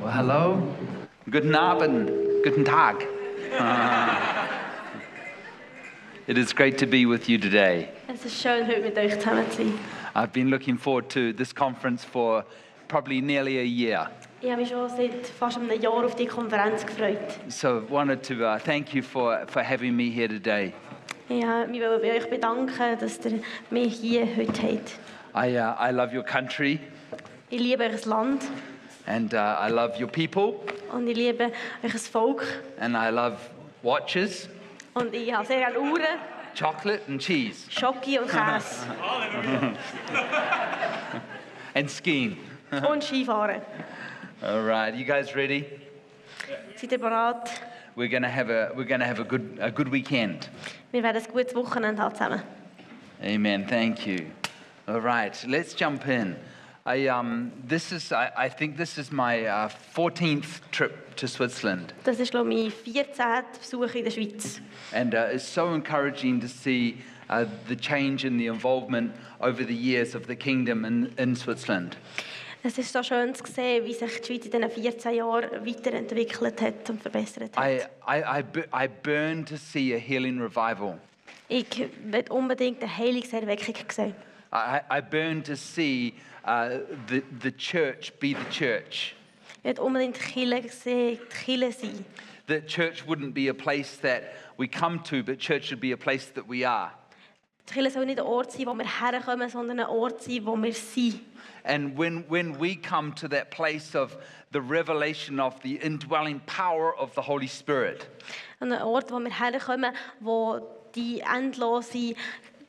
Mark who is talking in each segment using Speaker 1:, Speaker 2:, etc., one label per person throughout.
Speaker 1: Well, hello. Guten Abend. Guten Tag. Ah. it is great to be with you today.
Speaker 2: Es ist schön, heute mit euch zusammen zu sein.
Speaker 1: I've been looking forward to this conference for probably nearly a year.
Speaker 2: Ich habe mich schon seit fast einem Jahr auf die Konferenz gefreut.
Speaker 1: So wanted to uh, thank you for, for having me here today.
Speaker 2: Ich wollte mich bei euch bedanken, dass ihr mich hier heute habt.
Speaker 1: I, uh, I love your country
Speaker 2: Ich liebe euer Land
Speaker 1: and uh, I love your people
Speaker 2: und ich liebe euer Volk.
Speaker 1: and I love watches,
Speaker 2: Und ich habe sehr gerne Uhren,
Speaker 1: chocolate and cheese
Speaker 2: Schoki und Käse
Speaker 1: and skiing.
Speaker 2: und Skifahren.
Speaker 1: All right, you guys ready?
Speaker 2: Seid ihr bereit?
Speaker 1: We're gonna have a we're gonna have a good a good weekend.
Speaker 2: Wir werden ein gutes Wochenende haben zusammen.
Speaker 1: Amen. Thank you. All right, let's jump in. I, um, this is, I, I think this is my uh, 14th trip to Switzerland,
Speaker 2: Das ist, glaube ich, mein 14. Besuch in der Schweiz.
Speaker 1: and uh, it's so encouraging to see uh, the change in the involvement over the years of the kingdom in, in Switzerland.
Speaker 2: Es ist so schön zu sehen, wie sich die Schweiz in diesen 14 Jahren weiterentwickelt hat und verbessert hat.
Speaker 1: I, I, I, bu- I burn to see a healing revival.
Speaker 2: Ich will unbedingt eine Heilungserweckung sehen.
Speaker 1: I, I I burn to see uh, the, the church be the church.
Speaker 2: Ich will unbedingt die Kirche sehen, die Kirche sein.
Speaker 1: That church wouldn't be a place that we come to, but church should be a place that we are.
Speaker 2: Die Kirche soll nicht ein Ort sein, wo wir herkommen, sondern ein Ort sein, wo wir sind.
Speaker 1: And when, when we come to that place of the revelation of the indwelling power of the Holy Spirit,
Speaker 2: An einem Ort, wo wir herkommen, wo die endlose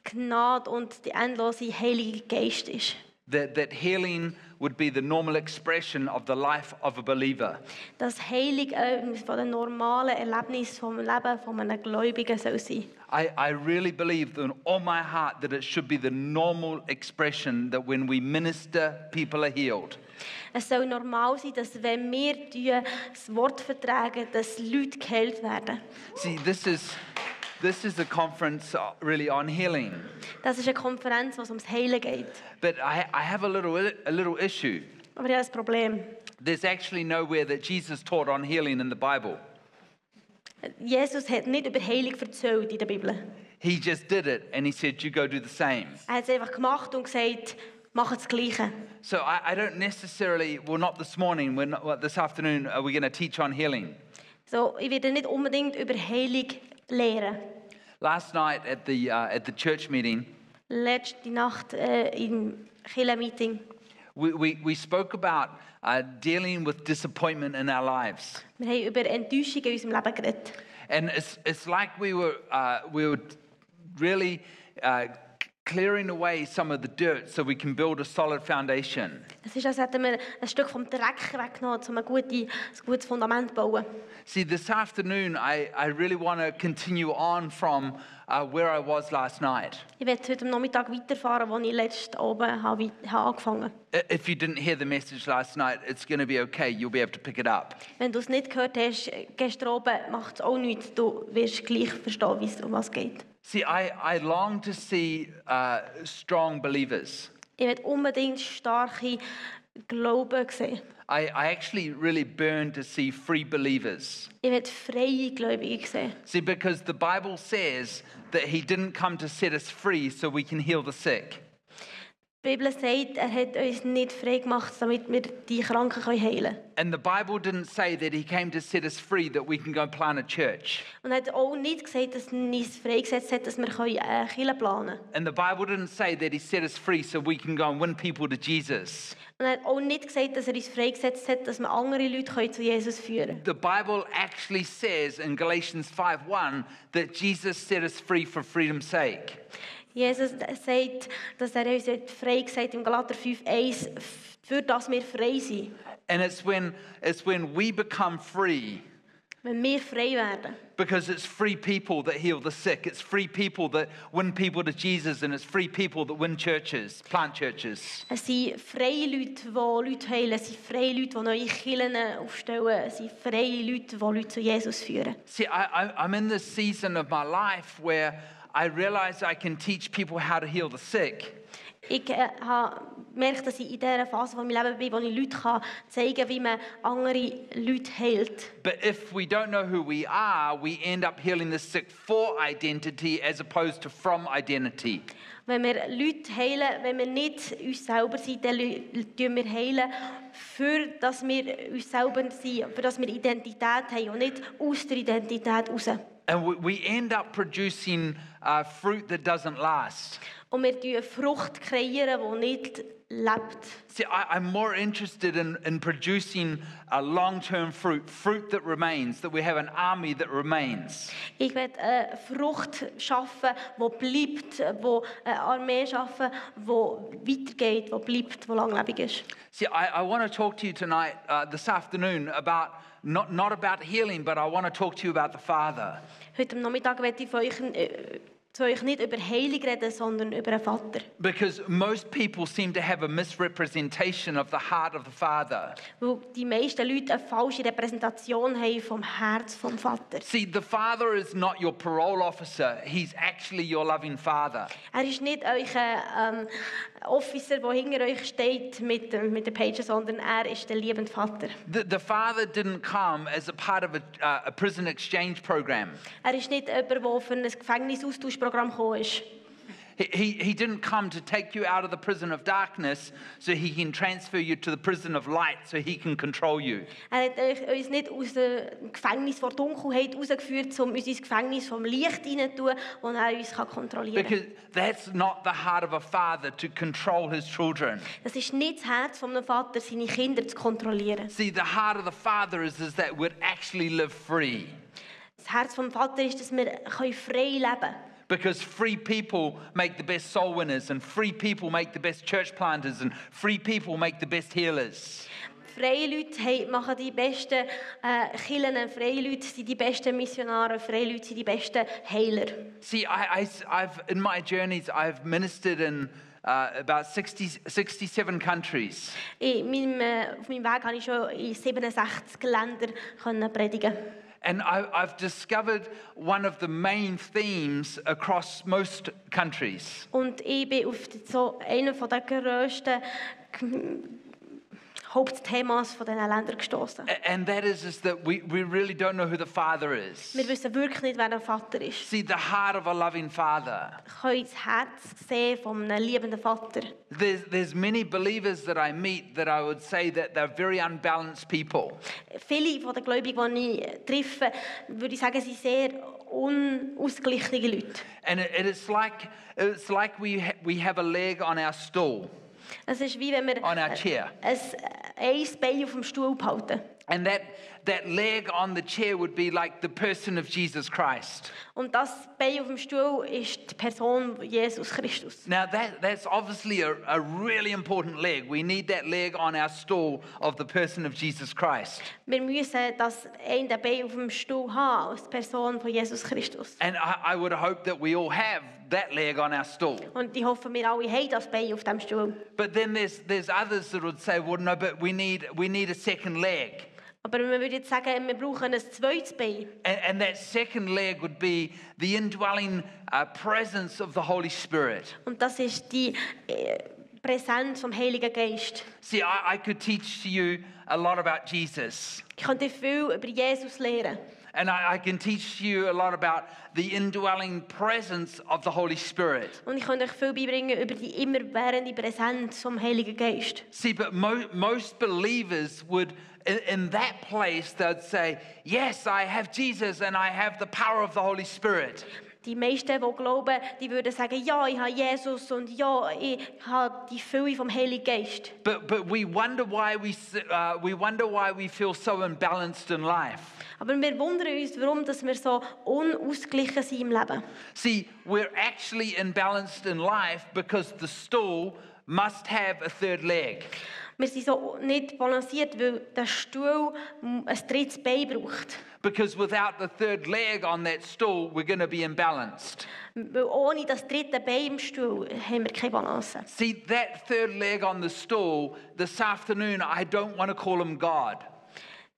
Speaker 2: Gnade und die endlose Heilige Geist ist.
Speaker 1: that, that healing would be the normal expression of the life of a believer.
Speaker 2: Dass Heilung eines von den normalen Erlebnis vom Leben von einem Gläubigen soll sein.
Speaker 1: I, I really believe in all my heart that it should be the normal expression that when we minister, people are healed.
Speaker 2: Es soll normal sein, dass wenn wir tun, das Wort vertragen, dass Leute geheilt werden.
Speaker 1: See, this is, this is a conference uh, really on healing,
Speaker 2: Das ist eine Konferenz, wo es ums Heilen geht.
Speaker 1: but I, I have a little, a little issue.
Speaker 2: Aber ich habe ein Problem.
Speaker 1: There's actually nowhere that Jesus taught on healing in the Bible.
Speaker 2: Jesus hat nicht über Heilung erzählt in der Bibel.
Speaker 1: He just did it and he said, You go do the same.
Speaker 2: Er hat es einfach gemacht und gesagt, mach das Gleiche.
Speaker 1: So I, I don't necessarily, well, not this morning, we're not, well, this afternoon, are we going to teach on healing?
Speaker 2: So, ich werde nicht unbedingt über Heilung lehren.
Speaker 1: Last night at the, uh, at the church meeting,
Speaker 2: Letzte Nacht äh, im Kirchenmeeting.
Speaker 1: we, we, we spoke about uh, dealing with disappointment in our lives.
Speaker 2: Wir haben über Enttäuschung in unserem Leben geredet.
Speaker 1: And it's, it's like we were, uh, we were really uh, clearing away some of the dirt so we can build a solid foundation.
Speaker 2: Es ist, als hätten wir ein Stück vom Dreck weggenommen, um ein gutes, ein gutes Fundament zu bauen.
Speaker 1: See, this afternoon, I, I really want to continue on from uh, where I was last night.
Speaker 2: Ich werde heute am Nachmittag weiterfahren, wo ich letzten Abend habe, wei- habe angefangen habe.
Speaker 1: I- If you didn't hear the message last night, it's going to be okay. You'll be able to pick it up.
Speaker 2: Wenn du es nicht gehört hast, äh, gestern Abend macht es auch nichts. Du wirst gleich verstehen, wie es- um was geht.
Speaker 1: See, I, I long to see uh, strong believers.
Speaker 2: Ich will unbedingt starke Glauben sehen.
Speaker 1: I, I actually really burn to see free believers.
Speaker 2: Ich will freie Gläubige sehen.
Speaker 1: See, because the Bible says that He didn't come to set us free so we can heal the sick.
Speaker 2: Die Bibel sagt, er hat uns nicht frei gemacht, damit wir die Kranken können heilen können.
Speaker 1: And the Bible didn't say that He came to set us free that we can go plant a church.
Speaker 2: Und er hat auch nicht gesagt, dass er uns freigesetzt hat, dass wir können, äh, Kirche planen können.
Speaker 1: And the Bible didn't say that He set us free so we can go and win people to Jesus.
Speaker 2: Und er hat auch nicht gesagt, dass er uns freigesetzt hat, dass wir andere Leute können zu Jesus führen können.
Speaker 1: The Bible actually says in Galatians 5:1 that Jesus set us free for freedom's sake.
Speaker 2: Jesus sagt, dass er uns hat frei gesagt im Galater 5,1, für das wir frei sind.
Speaker 1: And it's when it's when we become free
Speaker 2: Wenn wir frei werden.
Speaker 1: because it's free people that heal the sick. It's free people that win people to Jesus and it's free people that win churches, plant churches.
Speaker 2: Es sind freie Leute, die Leute heilen. Es sind freie Leute, die neue Kirchen aufstellen. Es sind freie Leute, die Leute zu Jesus führen.
Speaker 1: See, I, I, I'm in this season of my life where I realize I can teach people how to heal the sick.
Speaker 2: Ich äh, habe merke, dass ich in dieser Phase von meinem Leben bin, wo ich Leuten kann zeigen kann, wie man andere Leute heilt.
Speaker 1: But if we don't know who we are, we end up healing the sick for identity as opposed to from identity.
Speaker 2: Wenn wir Leute heilen, wenn wir nicht uns selber sind, dann leu- tun wir heilen, für dass wir uns selber sind, für dass wir Identität haben und nicht aus der Identität raus.
Speaker 1: And we, we end up producing uh, fruit that doesn't last.
Speaker 2: Und wir kreieren Frucht, kreieren, die nicht lebt.
Speaker 1: See, I, I'm more interested in, in producing a long term fruit, fruit that remains, that we have an army that remains.
Speaker 2: Ich will eine Frucht schaffen, die bleibt, die eine Armee schaffen, die weitergeht, die bleibt, die langlebig ist.
Speaker 1: See, I, I want to talk to you tonight, uh, this afternoon, about not, not about healing, but I want to talk to you about the Father.
Speaker 2: Heute am Nachmittag werde ich von euch, äh, zu euch nicht über Heilung reden, sondern über einen Vater.
Speaker 1: Because most people seem to have a misrepresentation of the heart of the Father.
Speaker 2: Weil die meisten Leute eine falsche Repräsentation haben vom Herz vom Vater.
Speaker 1: See, the Father is not your parole officer, He's actually your loving Father.
Speaker 2: Er ist nicht euer ähm, Officer, der hinter euch steht mit, dem- mit den Pages, sondern er ist der liebende Vater.
Speaker 1: The, the Father didn't come as a part of a, uh, a prison exchange program.
Speaker 2: Er ist nicht jemand, der für ein Gefängnisaustauschprogramm gekommen ist.
Speaker 1: He, he, he didn't come to take you out of the prison of darkness so he can transfer you to the prison of light so he can control you.
Speaker 2: Er hat euch- uns nicht aus dem Gefängnis vor Dunkelheit herausgeführt, um uns ins Gefängnis vom Licht hineinzutun, wo er uns kann kontrollieren kann.
Speaker 1: Because that's not the heart of a father to control his children.
Speaker 2: Das ist nicht das Herz von einem Vater, seine Kinder zu kontrollieren.
Speaker 1: See, the heart of the father is, is that we'd actually live free.
Speaker 2: Das Herz vom Vater ist, dass wir können frei leben können.
Speaker 1: Because free people make the best soul winners, and free people make the best church planters, and free people make the best healers.
Speaker 2: Freie Leute haben- machen die besten äh, Kirchen, freie Leute sind die besten Missionare, freie Leute sind die besten Heiler.
Speaker 1: See, I, have in my journeys, I've ministered in uh, about 60, 67 countries.
Speaker 2: In meinem, äh, auf meinem Weg konnte ich schon in 67 Ländern können predigen.
Speaker 1: And I, I've discovered one of the main themes across most countries.
Speaker 2: Und ich bin auf die- so einem der grössten G- Hauptthemas von diesen Ländern gestoßen.
Speaker 1: A- And that is, is that we, we really don't know who the Father is.
Speaker 2: Wir wissen wirklich nicht, wer der Vater ist.
Speaker 1: See, the heart of a loving Father.
Speaker 2: Wir können das Herz sehen von einem liebenden Vater.
Speaker 1: There's, there's many believers that I meet that I would say that they're very unbalanced people.
Speaker 2: Viele von den Gläubigen, die ich treffe, würde ich sagen, sind sehr unausgeglichene Leute.
Speaker 1: And it, it's like, it's like we, ha- we have a leg on our stool.
Speaker 2: Es ist wie wenn wir
Speaker 1: On our
Speaker 2: äh,
Speaker 1: chair.
Speaker 2: ein, ein Bein auf dem Stuhl behalten.
Speaker 1: And that, that leg on the chair would be like the person of Jesus Christ.
Speaker 2: Und das Bein auf dem Stuhl ist die Person Jesus Christus.
Speaker 1: Now, that, that's obviously a, a really important leg. We need that leg on our stool of the person of Jesus Christ.
Speaker 2: Wir müssen das eine Bein auf dem Stuhl haben als Person von Jesus Christus.
Speaker 1: And I, I would hope that we all have that leg on our stool.
Speaker 2: Und ich hoffe, wir alle haben das Bein auf dem Stuhl.
Speaker 1: But then there's, there's others that would say, well, no, but we need, we need a second leg.
Speaker 2: Aber wir würden jetzt sagen, wir brauchen ein zweites Bein.
Speaker 1: And, and that second leg would be the indwelling uh, presence of the Holy Spirit.
Speaker 2: Und das ist die äh, Präsenz vom Heiligen Geist.
Speaker 1: See, I, I could teach to you a lot about Jesus,
Speaker 2: Ich könnte viel über Jesus lernen.
Speaker 1: and I, I can teach you a lot about the indwelling presence of the Holy Spirit.
Speaker 2: Und ich könnte euch viel beibringen über die immerwährende Präsenz vom Heiligen Geist.
Speaker 1: See, but mo- most believers would, in, in that place, they'd say, Yes, I have Jesus and I have the power of the Holy Spirit.
Speaker 2: Die meisten, die glauben, die würden sagen, ja, ich habe Jesus und ja, ich habe die Fülle vom Heiligen Geist.
Speaker 1: But, but we, wonder why we, s- uh, we wonder why we feel so imbalanced in life.
Speaker 2: Aber wir wundern uns, warum dass wir so unausgeglichen sind im Leben.
Speaker 1: See, we're actually imbalanced in life because the stool must have a third leg.
Speaker 2: Wir sind so nicht balanciert, weil der Stuhl ein drittes Bein braucht.
Speaker 1: Because without the third leg on that stool, we're going to be imbalanced.
Speaker 2: Weil ohne das dritte Bein im Stuhl haben wir keine Balance.
Speaker 1: See, that third leg on the stool, this afternoon, I don't want to call him God.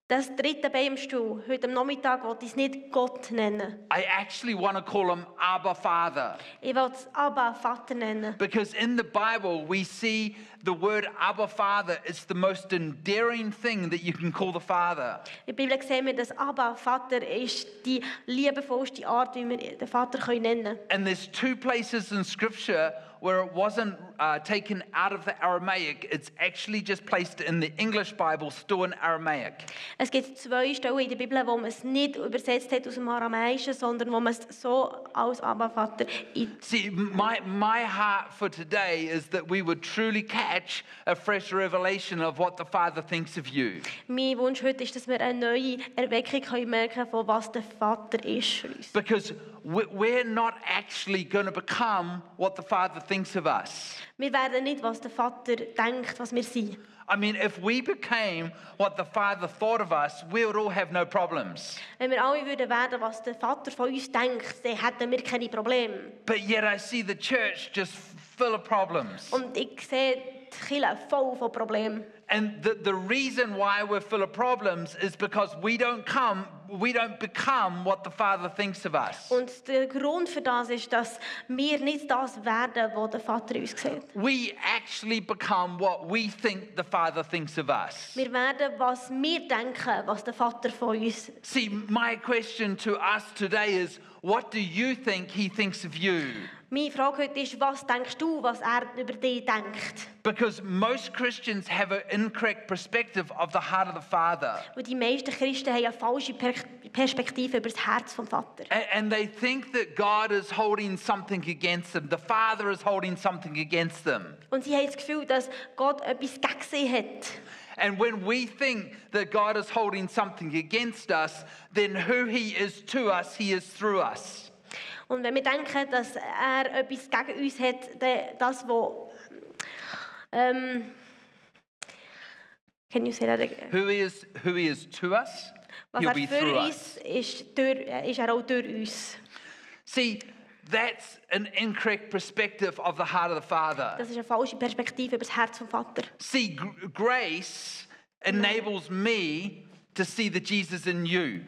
Speaker 2: Das dritte Bein im Stuhl, heute am Nachmittag will ich es nicht Gott nennen.
Speaker 1: I actually want to call him Abba Father
Speaker 2: Ich will es aber Vater nennen.
Speaker 1: because in the Bible we see the word Abba Father is the most endearing thing that you can call the Father.
Speaker 2: In der Bibel sehen wir, dass aber Vater ist die liebevollste Art, wie wir den Vater können nennen können.
Speaker 1: And there's two places in Scripture where it wasn't uh, taken out of the Aramaic, it's actually just placed in the English Bible, still in Aramaic.
Speaker 2: Es gibt zwei Stellen in der Bibel, wo man es nicht übersetzt hat aus dem Aramäischen, sondern wo man es so als aber Vater in
Speaker 1: See, my, my heart for today is that we would truly catch a fresh revelation of what the Father thinks of you.
Speaker 2: Mein Wunsch heute ist, dass wir eine neue Erweckung können merken können, von was der Vater ist für uns.
Speaker 1: Because we- we're not actually going to become what the Father thinks of us.
Speaker 2: Wir werden nicht, was der Vater denkt, was wir sind.
Speaker 1: I mean, if we became what the Father thought of us, we would all have no problems.
Speaker 2: Wenn wir alle würden werden, was der Vater von uns denkt, dann hätten wir keine Probleme.
Speaker 1: But yet I see the church just full of problems.
Speaker 2: Und ich sehe die Kirche voll von Problemen.
Speaker 1: And the, the reason why we're full of problems is because we don't come, we don't become what the Father thinks of us.
Speaker 2: Und der Grund für das ist, dass wir nicht das werden, was der Vater uns sieht.
Speaker 1: We actually become what we think the Father thinks of us.
Speaker 2: Wir werden, was wir denken, was der Vater von uns
Speaker 1: See, my question to us today is what do you think He thinks of you?
Speaker 2: Meine Frage heute ist, was denkst du, was er über dich denkt?
Speaker 1: Because most Christians have an incorrect perspective of the heart of the Father.
Speaker 2: Weil die meisten Christen haben eine falsche per Perspektive über das Herz vom Vater.
Speaker 1: A- And they think that God is holding something against them. The Father is holding something against them.
Speaker 2: Und sie haben das Gefühl, dass Gott etwas gegen sie hat.
Speaker 1: And when we think that God is holding something against us, then who He is to us, He is through us.
Speaker 2: Und wenn wir denken, dass er etwas gegen uns hat, dann das, was... Ähm, can you say that again?
Speaker 1: Who He is, who he is to us,
Speaker 2: Was
Speaker 1: He'll
Speaker 2: er
Speaker 1: be
Speaker 2: für
Speaker 1: through
Speaker 2: uns
Speaker 1: us.
Speaker 2: ist, durch, ist er auch durch uns.
Speaker 1: See, that's an incorrect perspective of the heart of the Father.
Speaker 2: Das ist eine falsche Perspektive über das Herz vom Vater.
Speaker 1: See, gr- grace enables me to see the Jesus in you.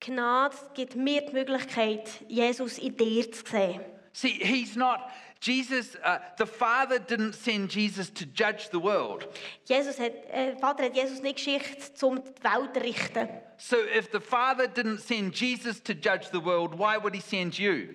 Speaker 2: Gnade gibt mir die Möglichkeit, Jesus in dir zu sehen.
Speaker 1: See, He's not. Jesus, uh, the Father didn't send Jesus to judge the world.
Speaker 2: Jesus hat, äh, Vater hat Jesus nicht geschickt, um die Welt zu richten.
Speaker 1: So if the Father didn't send Jesus to judge the world, why would he send you?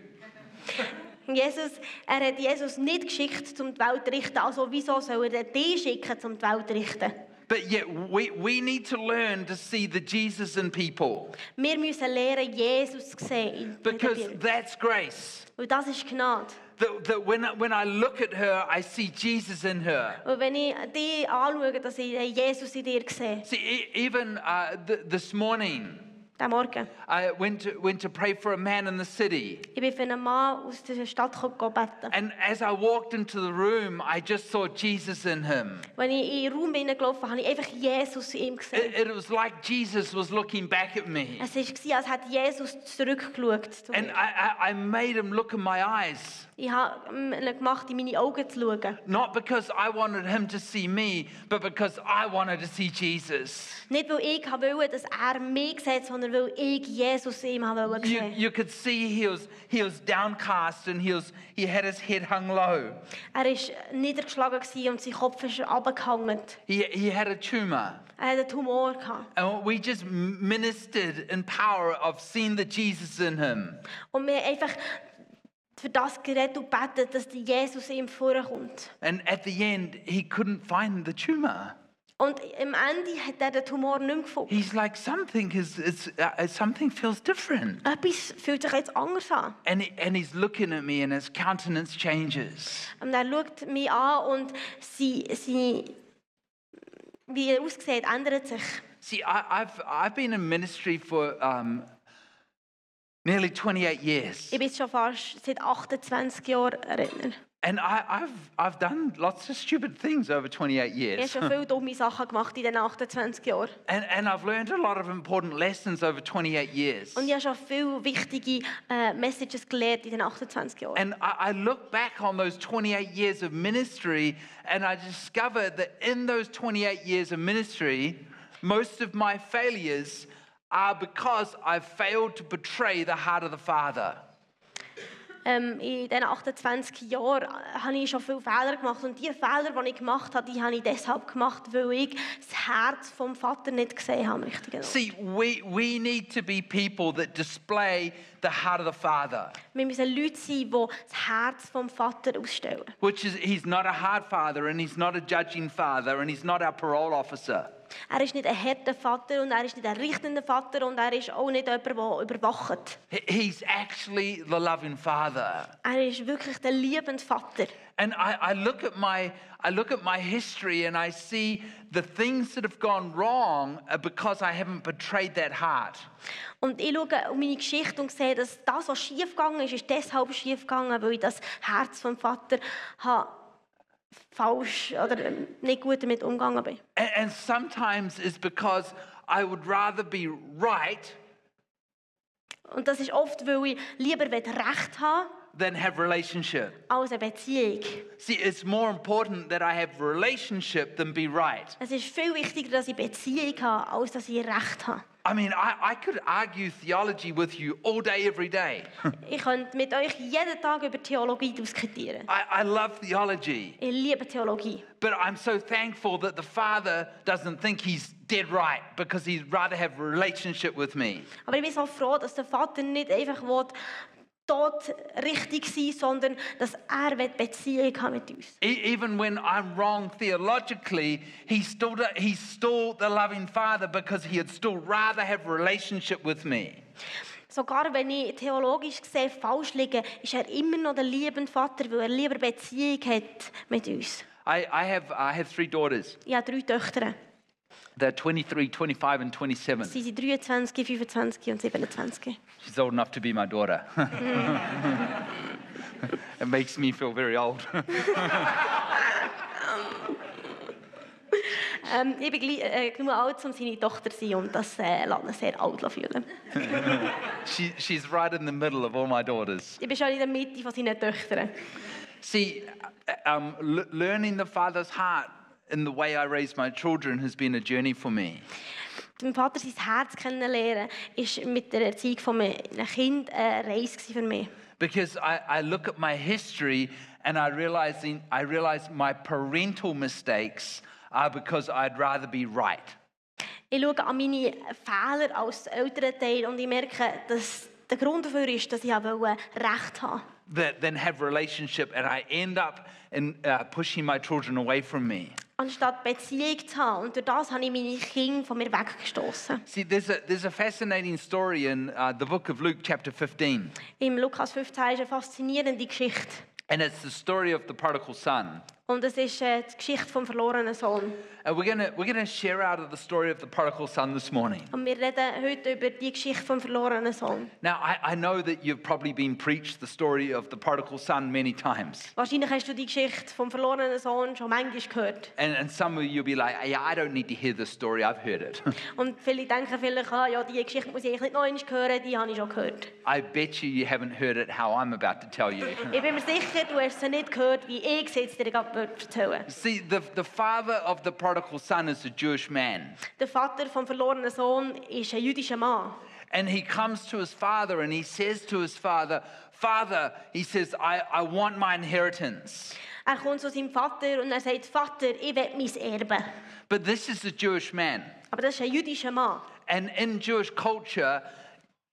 Speaker 2: Jesus, er hat Jesus nicht geschickt, um die Welt zu richten. Also wieso soll er denn dich schicken, um die Welt zu richten?
Speaker 1: But yet we, we need to learn to see the Jesus in people
Speaker 2: Wir müssen lernen, Jesus zu sehen. in- in der
Speaker 1: because
Speaker 2: Bibel.
Speaker 1: that's grace.
Speaker 2: Und das ist Gnade.
Speaker 1: That, that when, I- when I look at her, I see Jesus in her.
Speaker 2: Und wenn ich dich anschaue, dass ich den Jesus in dir sehe,
Speaker 1: See, e- even uh, th- this morning,
Speaker 2: diesen Morgen.
Speaker 1: I went to, went to pray for a man in the city.
Speaker 2: Ich bin für einen Mann aus der Stadt gekommen, beten.
Speaker 1: And as I walked into the room, I just saw Jesus in him.
Speaker 2: Wenn ich in den Raum hineingelaufen bin, habe ich einfach Jesus in ihm gesehen.
Speaker 1: It, it was like Jesus was looking back at me.
Speaker 2: Es war, als hätte Jesus zurückgeschaut. zu
Speaker 1: And
Speaker 2: mir.
Speaker 1: I, I, I made him look in my eyes.
Speaker 2: Ich habe ihn gemacht, in meine Augen zu schauen.
Speaker 1: Not because I wanted him to see me, but because I wanted to see Jesus.
Speaker 2: Nicht, weil ich wollte, dass er mich sieht, sondern weil ich Jesus in ihm wollte
Speaker 1: You,
Speaker 2: sehen.
Speaker 1: you could see he was, he was downcast and he, was, he had his head hung low.
Speaker 2: Er war niedergeschlagen gewesen und sein Kopf ist runtergehangen.
Speaker 1: He, he had a tumor.
Speaker 2: Er hatte einen Tumor. gehabt.
Speaker 1: And we just ministered in power of seeing the Jesus in him.
Speaker 2: Und wir haben einfach für das geredet und betet, dass der Jesus in ihm vorkommt.
Speaker 1: And at the end, he couldn't find the tumor.
Speaker 2: Und am Ende hat er den Tumor nicht mehr gefunden.
Speaker 1: He's like, something, is, is, uh, something feels different.
Speaker 2: Etwas fühlt sich jetzt anders an.
Speaker 1: And, he, and he's looking at me and his countenance changes.
Speaker 2: Und er schaut mich an und sie, sie, wie er aussieht, ändert sich.
Speaker 1: See, I, I've, I've been in ministry for um, nearly 28 years.
Speaker 2: Ich bin jetzt schon fast seit 28 Jahren Redner.
Speaker 1: And I, I've, I've done lots of stupid things over 28
Speaker 2: Ich habe
Speaker 1: years.
Speaker 2: schon
Speaker 1: and,
Speaker 2: viele dumme Sachen gemacht in diesen 28 Jahren.
Speaker 1: and I've learned a lot of important lessons over 28 years.
Speaker 2: Und ich habe schon viele wichtige äh, Messages gelernt in den 28 Jahren.
Speaker 1: And I, I look back on those 28 years of ministry and I discover that in those 28 years of ministry, Most of my failures are because I've failed to betray the heart of the Father.
Speaker 2: Ähm, in diesen 28 Jahren äh, habe ich schon viele Fehler gemacht. Und die Fehler, die ich gemacht habe, die habe ich deshalb gemacht, weil ich das Herz vom Vater nicht gesehen habe. genau. am richtigen Ort.
Speaker 1: See, we, we need to be people that display the heart of the Father,
Speaker 2: Wir müssen Leute sein, die das Herz vom Vater ausstellen.
Speaker 1: which is He's not a hard Father, and He's not a judging Father, and He's not our parole officer.
Speaker 2: Er ist nicht ein harter Vater und er ist nicht ein richtender Vater und er ist auch nicht jemand, der überwacht.
Speaker 1: He- He's actually the loving Father.
Speaker 2: Er ist wirklich der liebende Vater.
Speaker 1: And I, I look at my I look at my history and I see the things that have gone wrong are because I haven't betrayed that heart.
Speaker 2: Und ich schaue um meine Geschichte und sehe, dass das, was schiefgegangen ist, ist deshalb schiefgegangen, weil ich das Herz vom Vater habe falsch oder ähm, nicht gut damit umgegangen bin.
Speaker 1: And, and sometimes it's because I would rather be right
Speaker 2: Und das ist oft, weil ich lieber Recht haben will,
Speaker 1: than have relationship.
Speaker 2: als eine Beziehung.
Speaker 1: See, it's more important that I have relationship than be right.
Speaker 2: Es ist viel wichtiger, dass ich Beziehung habe, als dass ich Recht habe.
Speaker 1: I mean, I, I could argue theology with you all day, every day.
Speaker 2: Ich könnte mit euch jeden Tag über Theologie diskutieren.
Speaker 1: I, I love theology,
Speaker 2: Ich liebe Theologie.
Speaker 1: but I'm so thankful that the Father doesn't think he's dead right because he'd rather have relationship with me.
Speaker 2: Aber ich bin so froh, dass der Vater nicht einfach will, tot richtig sein sondern dass er will Beziehung haben mit uns.
Speaker 1: E- even when I'm wrong theologically, he's still, the, he's still the loving Father because he'd still rather have relationship with me.
Speaker 2: Sogar wenn ich theologisch gesehen falsch liege, ist er immer noch der liebende Vater, weil er lieber Beziehung hat mit uns.
Speaker 1: I, I, have, I have three daughters.
Speaker 2: Ich habe drei Töchter.
Speaker 1: They're 23, 25, and 27.
Speaker 2: Sie sind 23, 25 und 27.
Speaker 1: She's old enough to be my daughter. it makes me feel very old.
Speaker 2: Ähm, ich bin gleich, äh, genug alt, um seine Tochter zu sein und das äh, lässt ihn sehr alt fühlen.
Speaker 1: she, she's right in the middle of all my daughters.
Speaker 2: Ich bin schon in der Mitte von seinen Töchtern.
Speaker 1: See, um, l- learning the Father's heart in the way I raise my children has been a journey for me.
Speaker 2: Mein Vater sein Herz kennenlernen, ist mit der Erziehung von meinem Kind eine Reise gewesen für mich.
Speaker 1: Because I, I look at my history and I realizing I realize my parental mistakes are because I'd rather be right.
Speaker 2: Ich schaue an meine Fehler als Elternteil und ich merke, dass der Grund dafür ist, dass ich auch wollte Recht haben wollte.
Speaker 1: That then have relationship and I end up in, uh, pushing my children away from me.
Speaker 2: anstatt Beziehung zu haben. Und durch das habe ich meine Kinder von mir weggestoßen.
Speaker 1: See, there's a, there's a fascinating story in uh, the book of Luke, chapter 15,
Speaker 2: Im Lukas 15 ist eine faszinierende Geschichte.
Speaker 1: and it's the story of the prodigal son.
Speaker 2: Und es ist äh, die Geschichte vom verlorenen Sohn.
Speaker 1: And Uh, we're gonna, we're gonna share out of the story of the prodigal son this morning.
Speaker 2: Und wir reden heute über die Geschichte vom verlorenen Sohn.
Speaker 1: Now, I, I know that you've probably been preached the story of the prodigal son many times,
Speaker 2: Wahrscheinlich hast du die Geschichte vom verlorenen Sohn schon manchmal gehört.
Speaker 1: and, and some of you'll be like, yeah, I don't need to hear this story, I've heard it.
Speaker 2: Und viele denken vielleicht, ah, ja, die Geschichte muss ich eigentlich nicht noch einmal hören, die habe ich schon gehört.
Speaker 1: I bet you you haven't heard it how I'm about to tell you.
Speaker 2: Ich bin mir sicher, du hast sie nicht gehört, wie ich sie jetzt dir gerade erzählen würde.
Speaker 1: See, the, the father of the prodigal son is a Jewish man.
Speaker 2: Der Vater vom verlorenen Sohn ist ein jüdischer Mann.
Speaker 1: And he comes to his father and he says to his father, Father, he says, I, I want my inheritance.
Speaker 2: Er kommt zu seinem Vater und er sagt, Vater, ich will mein Erbe.
Speaker 1: But this is a Jewish man.
Speaker 2: Aber das ist ein jüdischer Mann.
Speaker 1: And in Jewish culture,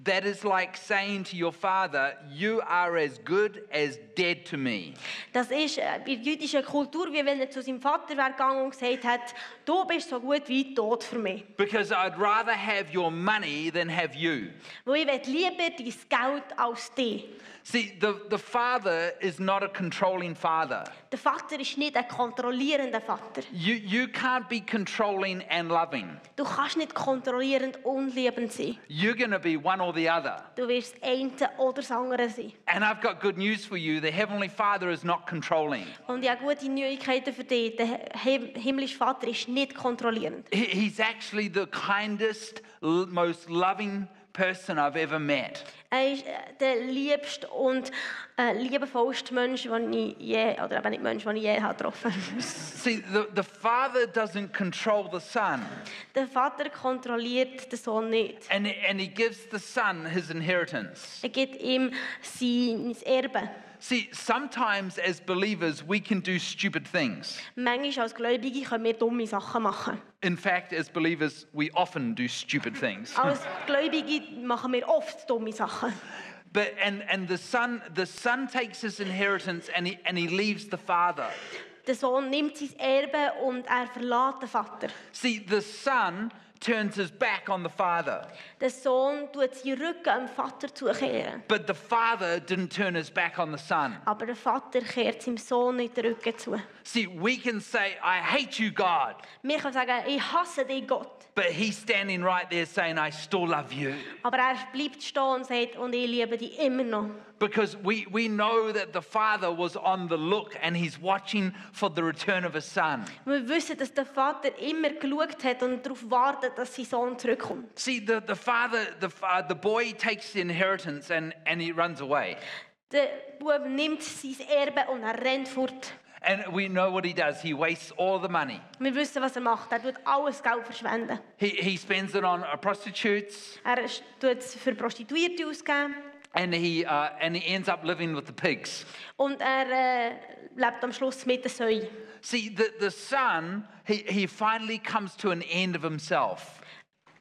Speaker 1: that is like saying to your father, You are as good as dead to me.
Speaker 2: Das ist äh, in der jüdischen Kultur, wie wenn er zu seinem Vater wäre gegangen und gesagt hat, du bist so gut wie tot für mich.
Speaker 1: Because I'd rather have your money than have you.
Speaker 2: Weil ich will lieber dein Geld als dich.
Speaker 1: See, the, the father is not a controlling father.
Speaker 2: Der Vater ist nicht ein kontrollierender Vater.
Speaker 1: You, you can't be controlling and loving.
Speaker 2: Du kannst nicht kontrollierend unliebend sein.
Speaker 1: You're going to be one or the other.
Speaker 2: Du wirst das eine oder das andere sein.
Speaker 1: And I've got good news for you the Heavenly Father is not controlling.
Speaker 2: Und ich habe gute Neuigkeiten für dich. Der Him- himmlische Vater ist nicht kontrollierend.
Speaker 1: He- He's actually the kindest, l- most loving person I've ever met.
Speaker 2: Er ist äh, der liebste und äh, liebevollste Mensch, den ich je, oder eben nicht Mensch, den ich je habe getroffen habe.
Speaker 1: See, the, the father doesn't control the son,
Speaker 2: Der Vater kontrolliert den Sohn nicht.
Speaker 1: and, and he gives the son his inheritance.
Speaker 2: Er gibt ihm sein Erbe.
Speaker 1: See, sometimes as believers, we can do stupid things.
Speaker 2: Manchmal als Gläubige können wir dumme Sachen machen.
Speaker 1: In fact, as believers, we often do stupid things.
Speaker 2: Als Gläubige machen wir oft dumme Sachen.
Speaker 1: But, and, and the son, the son takes his inheritance and he, and he leaves the father.
Speaker 2: Der Sohn nimmt sein Erbe und er verlässt den Vater.
Speaker 1: See, the son turns his back on the father,
Speaker 2: Der Sohn tut seinen Rücken dem Vater zukehren.
Speaker 1: but the father didn't turn his back on the son.
Speaker 2: Aber der Vater kehrt seinem Sohn nicht den Rücken zu.
Speaker 1: See, we can say, I hate you, God,
Speaker 2: Wir können sagen, ich hasse dich, Gott.
Speaker 1: but he's standing right there saying, I still love you.
Speaker 2: Aber er bleibt stehen und sagt, und ich liebe dich immer noch.
Speaker 1: Because we, we know that the father was on the look and he's watching for the return of his son.
Speaker 2: Wir wissen, dass der Vater immer geschaut hat und darauf wartet, dass sein Sohn zurückkommt.
Speaker 1: See, the, the father, the, fa- the boy takes the inheritance and, and he runs away.
Speaker 2: Der Bub nimmt sein Erbe und er rennt fort.
Speaker 1: And we know what he does. He wastes all the money.
Speaker 2: Wir wissen, was er macht. Er tut alles Geld verschwenden.
Speaker 1: He, he spends it on uh, prostitutes
Speaker 2: Er s- tut es für Prostituierte ausgeben
Speaker 1: and he, uh, and he ends up living with the pigs.
Speaker 2: und er äh, lebt am Schluss mit der Säue.
Speaker 1: See, the, the son, he, he finally comes to an end of himself.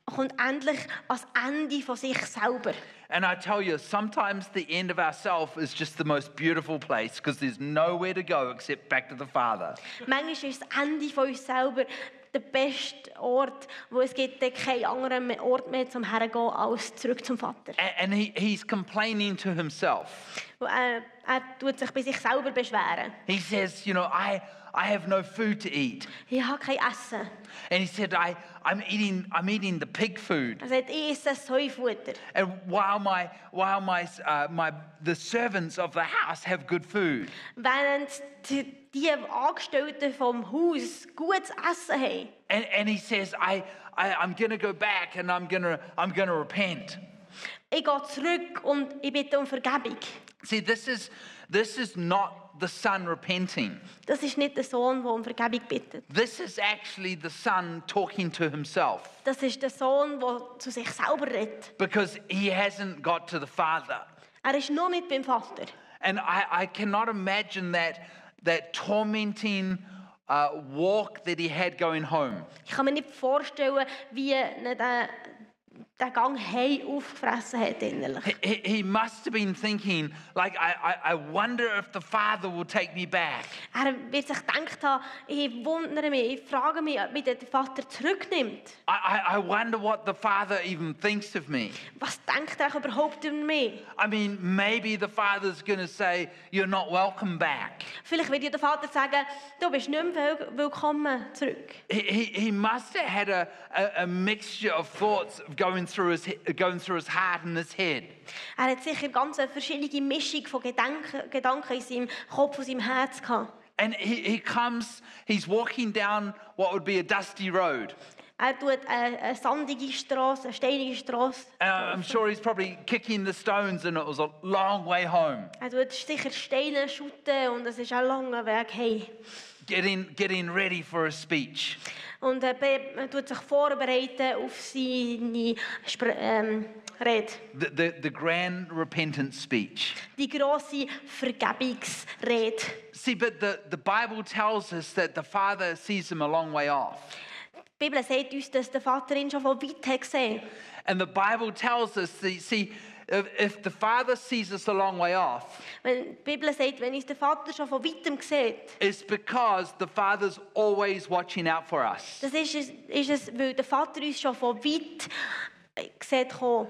Speaker 2: Er kommt endlich ans Ende von sich selber.
Speaker 1: And I tell you, sometimes the end of ourself is just the most beautiful place because there's nowhere to go except back to the Father.
Speaker 2: Manchmal ist das Ende von uns selber der beste Ort, wo es gibt dann keinen anderen mehr- Ort mehr zum Hergehen als zurück zum Vater.
Speaker 1: A- And he, he's complaining to himself.
Speaker 2: Wo Er, er tut sich bei sich selber beschweren.
Speaker 1: He says, You know, I, I have no food to eat.
Speaker 2: Ich habe kein Essen.
Speaker 1: And he said, I, I'm, eating, I'm eating the pig food.
Speaker 2: Er sagt, ich esse Säufutter.
Speaker 1: And while, my, while my, uh, my, the servants of the house have good food.
Speaker 2: Während die, die Angestellten vom Haus gutes Essen haben.
Speaker 1: And, and he says, I, I, I'm going to go back and I'm going to I'm going to repent.
Speaker 2: Ich gehe zurück und ich bitte um Vergebung.
Speaker 1: See, this is, this is not the son repenting.
Speaker 2: Das ist nicht der Sohn, der um Vergebung bittet.
Speaker 1: This is actually the son talking to himself
Speaker 2: Das ist der Sohn, der zu sich selber redet.
Speaker 1: because he hasn't got to the father.
Speaker 2: Er ist noch nicht beim Vater.
Speaker 1: And I, I cannot imagine that, that tormenting uh, walk that he had going home.
Speaker 2: Ich kann mir nicht vorstellen, wie ihn der, der Gang heim aufgefressen hat innerlich.
Speaker 1: He- He, he must have been thinking, like, I, I, I wonder if the father will take me back.
Speaker 2: Er wird sich gedacht haben, ich wundere mich, ich frage mich, ob mich der Vater zurücknimmt.
Speaker 1: I, I, I wonder what the father even thinks of me.
Speaker 2: Was denkt er überhaupt über mich?
Speaker 1: I mean, maybe the father's going to say, You're not welcome back.
Speaker 2: Vielleicht wird ja der Vater sagen, du bist nicht mehr wel- willkommen zurück.
Speaker 1: He, he, he must have had a, a, a mixture of thoughts going through, his, he- going through his heart and his head.
Speaker 2: Er hat sicher ganz eine verschiedene Mischung von Gedanken, Gedanken in seinem Kopf und seinem Herz gehabt.
Speaker 1: And he, he comes, he's walking down what would be a dusty road.
Speaker 2: Er tut eine, eine sandige Straße, eine steinige Straße.
Speaker 1: Uh, I'm sure he's probably kicking the stones, and it was a long way home.
Speaker 2: Er tut Also, sicher Steine schütten und es ist ein langer Weg heim.
Speaker 1: getting, getting ready for a speech.
Speaker 2: Und er be- er tut sich vorbereiten auf seine Spr ähm, Rede.
Speaker 1: The, the, the grand repentance speech.
Speaker 2: Die grosse Vergebungsrede.
Speaker 1: See, but the, the Bible tells us that the Father sees him a long way off.
Speaker 2: Die Bibel sagt uns, dass der Vater ihn schon von weit her gesehen hat.
Speaker 1: And the Bible tells us, that, see, if, if the Father sees us a long way off,
Speaker 2: Wenn die Bibel sagt, wenn uns der Vater schon von weitem sieht,
Speaker 1: it's because the Father's always watching out for us.
Speaker 2: das ist es, ist es weil der Vater uns schon von weit äh, sieht
Speaker 1: W-
Speaker 2: kommen.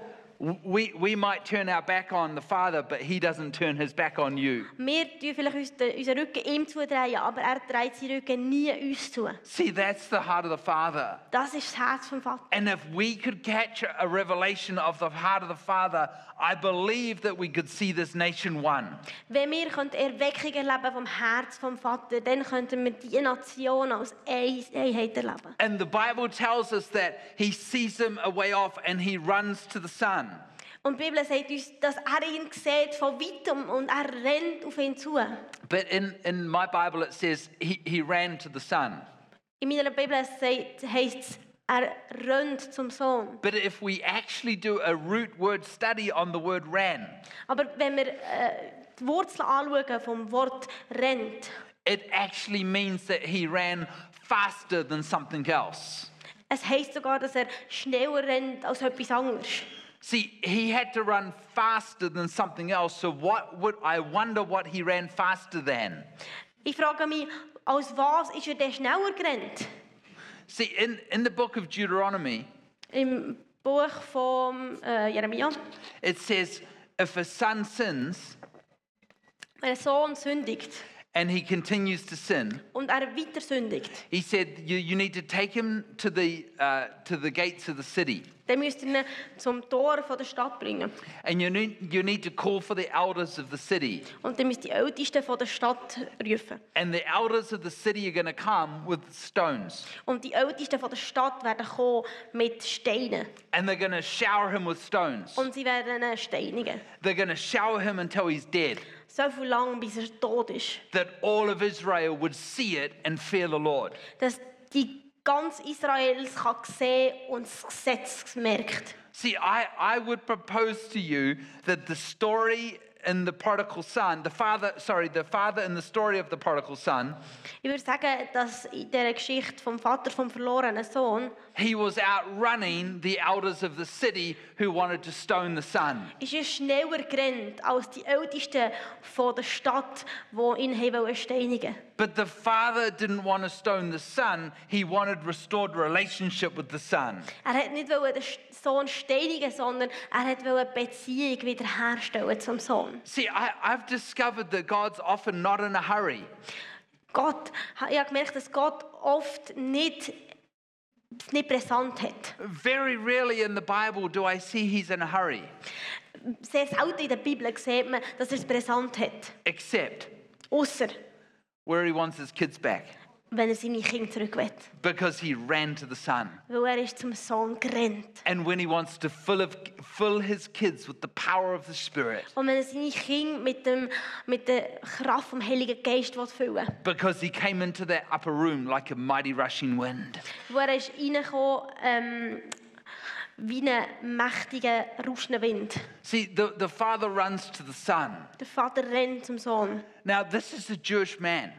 Speaker 1: We, we might turn our back on the Father, but He doesn't turn His back on you.
Speaker 2: Wir drehen vielleicht uns den- unseren Rücken ihm zudrehen, aber er dreht seinen Rücken nie uns zu.
Speaker 1: See, that's the heart of the Father.
Speaker 2: Das ist das Herz vom Vater.
Speaker 1: And if we could catch a revelation of the heart of the Father, I believe that we could see this nation one.
Speaker 2: Wenn wir könnten Erweckung erleben vom Herz vom Vater, dann könnten wir die Nation als Ein- Einheit erleben.
Speaker 1: And the Bible tells us that he sees them a way off and he runs to the Son.
Speaker 2: Und die Bibel sagt uns, dass er ihn sieht von weitem und er rennt auf ihn zu.
Speaker 1: But in, in my Bible, it says he, he ran to the Son.
Speaker 2: In meiner Bibel sagt- heisst es, er rennt zum Sohn.
Speaker 1: But if we actually do a root word study on the word ran,
Speaker 2: Aber wenn wir äh, die Wurzel anschauen vom Wort rennt,
Speaker 1: it actually means that he ran faster than something else.
Speaker 2: es heisst sogar, dass er schneller rennt als etwas anderes.
Speaker 1: See, he had to run faster than something else. So what would I wonder what he ran faster than?
Speaker 2: Ich frage mich, als was ist er denn schneller gerannt?
Speaker 1: See, in, in the book of Deuteronomy,
Speaker 2: Im Buch von äh, Jeremia.
Speaker 1: it says, if a son sins
Speaker 2: Wenn ein Sohn sündigt
Speaker 1: and he continues to sin,
Speaker 2: und er weiter sündigt,
Speaker 1: he said you, you need to take him to the, uh, to the gates of the city
Speaker 2: dann müsst ihr ihn zum Tor von der Stadt bringen.
Speaker 1: and you need, you need to call for the elders of the city.
Speaker 2: Und dann müsst ihr die Ältesten von der Stadt rufen.
Speaker 1: And the elders of the city are going to come with stones
Speaker 2: Und die Ältesten von der Stadt werden kommen mit Steinen.
Speaker 1: and they're going to shower him with stones.
Speaker 2: Und sie werden ihn steinigen.
Speaker 1: They're going to shower him until he's dead.
Speaker 2: So viel lang, bis er tot ist.
Speaker 1: that all of Israel would see it and fear the Lord.
Speaker 2: Dass die ganz Israels kann sehen und das Gesetz merkt.
Speaker 1: See, I, I would propose to you that the story in the prodigal son, the father, sorry, the father in the story of the prodigal son,
Speaker 2: Ich würde sagen, dass in dieser Geschichte vom Vater vom verlorenen Sohn
Speaker 1: he was outrunning the elders of the city who wanted to stone the son.
Speaker 2: ist er schneller gerannt als die Ältesten von der Stadt, die ihn haben wollen steinigen
Speaker 1: But the father didn't want to stone the son, he wanted restored relationship with the son.
Speaker 2: Er hat nicht wollen den Sohn steinigen, sondern er hat wollen die Beziehung wiederherstellen zum Sohn.
Speaker 1: See, I, I've discovered that God's often not in a hurry.
Speaker 2: Gott, ich habe gemerkt, dass Gott oft nicht, es nicht präsent hat.
Speaker 1: Very rarely in the Bible do I see he's in a hurry,
Speaker 2: Sehr selten in der Bibel sieht man, dass er es präsent hat.
Speaker 1: except
Speaker 2: Außer
Speaker 1: where he wants his kids back
Speaker 2: wenn er seine Kinder zurück will.
Speaker 1: because he ran to the son.
Speaker 2: Weil er ist zum Sohn gerannt.
Speaker 1: And when he wants to fill, of, fill his kids with the power of the Spirit
Speaker 2: Und wenn er seine Kinder mit, dem, mit der Kraft vom Heiligen Geist will füllen will.
Speaker 1: because he came into that upper room like a mighty rushing wind.
Speaker 2: Wo er ist reingekommen ähm, wie ein mächtiger, rauschender Wind.
Speaker 1: See, the, the father runs to the son.
Speaker 2: Der Vater rennt zum Sohn.
Speaker 1: Now, this is a Jewish man.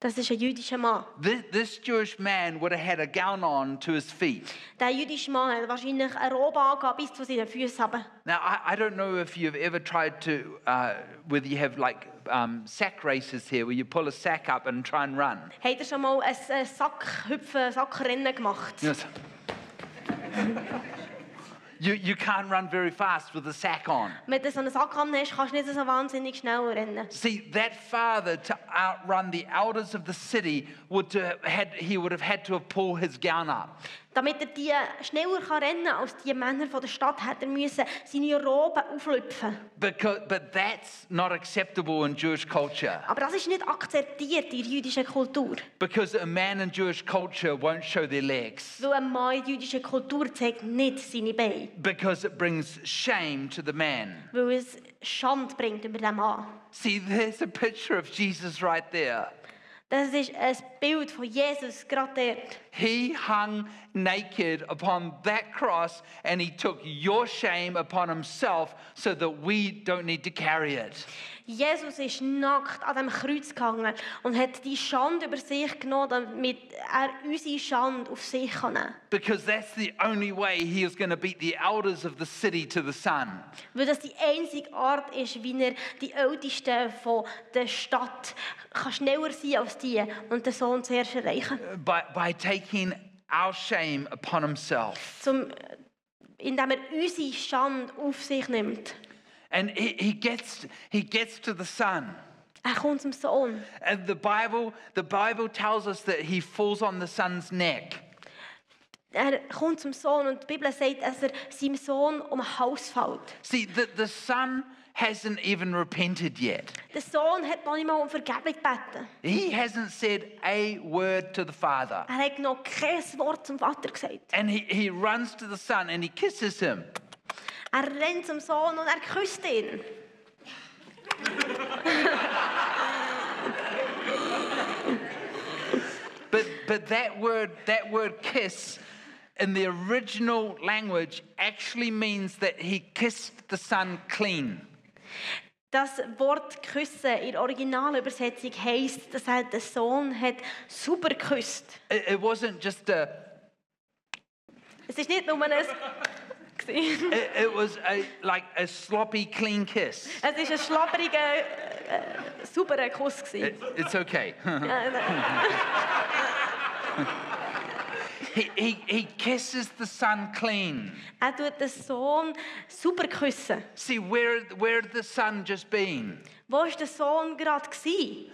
Speaker 2: Das ist ein jüdischer Mann.
Speaker 1: This, this Jewish man would have had a gown on to his feet.
Speaker 2: Der jüdische Mann hat wahrscheinlich eine Robe angehabt bis zu seinen Füßen. runter.
Speaker 1: Now, I, I don't know if you've ever tried to, uh, whether you have like um, sack races here where you pull a sack up and try and run.
Speaker 2: Hat er schon mal ein, ein Sackhüpfen, Sackrennen gemacht?
Speaker 1: Yes. you, you can't run very fast with a sack on.
Speaker 2: Wenn du so einen Sack am hast, kannst du nicht so wahnsinnig schnell rennen.
Speaker 1: See, that father to outrun the elders of the city would to have had, he would have had to have pulled his gown up.
Speaker 2: Damit er die schneller kann rennen kann als die Männer von der Stadt, hat er müssen seine Robe auflüpfen.
Speaker 1: Because, but that's not acceptable in Jewish culture
Speaker 2: Aber das ist nicht akzeptiert in der jüdischen Kultur.
Speaker 1: because a man in Jewish culture won't show their legs
Speaker 2: Weil ein Mann in der jüdischen Kultur zeigt nicht seine Beine.
Speaker 1: because it brings shame to the man.
Speaker 2: Weil es Schande bringt über den Mann.
Speaker 1: See, there's a picture of Jesus right there.
Speaker 2: Das ist ein Bild von Jesus gerade dort.
Speaker 1: He hung naked upon that cross and he took your shame upon himself so that we don't need to carry it.
Speaker 2: Jesus ist nackt an dem Kreuz gegangen und hat die Schande über sich genommen, damit er unsere Schande auf sich nehmen kann.
Speaker 1: Because that's the only way he is going to beat the elders of the city to the sun.
Speaker 2: Weil das die einzige Art ist, wie er die Ältesten von der Stadt kann schneller sein als die und den Sohn zuerst erreichen
Speaker 1: By, by taking our shame upon himself.
Speaker 2: zum, indem er unsere Schande auf sich nimmt.
Speaker 1: And he, he, gets, he gets to the sun.
Speaker 2: Er kommt zum Sohn.
Speaker 1: And the Bible, the Bible tells us that he falls on the sun's neck.
Speaker 2: Er kommt zum Sohn und die Bibel sagt, dass er seinem Sohn um den Hals fällt.
Speaker 1: See, the, the son hasn't even repented yet.
Speaker 2: Der Sohn hat noch nicht mal um Vergebung gebeten.
Speaker 1: He hasn't said a word to the father.
Speaker 2: Er hat noch kein Wort zum Vater gesagt.
Speaker 1: And he, he runs to the son and he kisses him.
Speaker 2: Er rennt zum Sohn und er küsst ihn.
Speaker 1: But, but that word, that word kiss, in the original language, actually means that he kissed the son clean.
Speaker 2: Das Wort küssen in der Originalübersetzung heißt, dass er den Sohn hat super geküsst.
Speaker 1: It, it wasn't just a,
Speaker 2: Es ist nicht nur ein gewesen.
Speaker 1: it, it was a, like a sloppy, clean kiss.
Speaker 2: es ist ein schlabberiger, äh, sauberer Kuss
Speaker 1: It,
Speaker 2: gewesen.
Speaker 1: it's okay.
Speaker 2: Äh,
Speaker 1: he, he, he kisses the son clean.
Speaker 2: Er tut den Sohn super küssen.
Speaker 1: See, where, where had the son just been?
Speaker 2: Wo war der Sohn gerade? gewesen?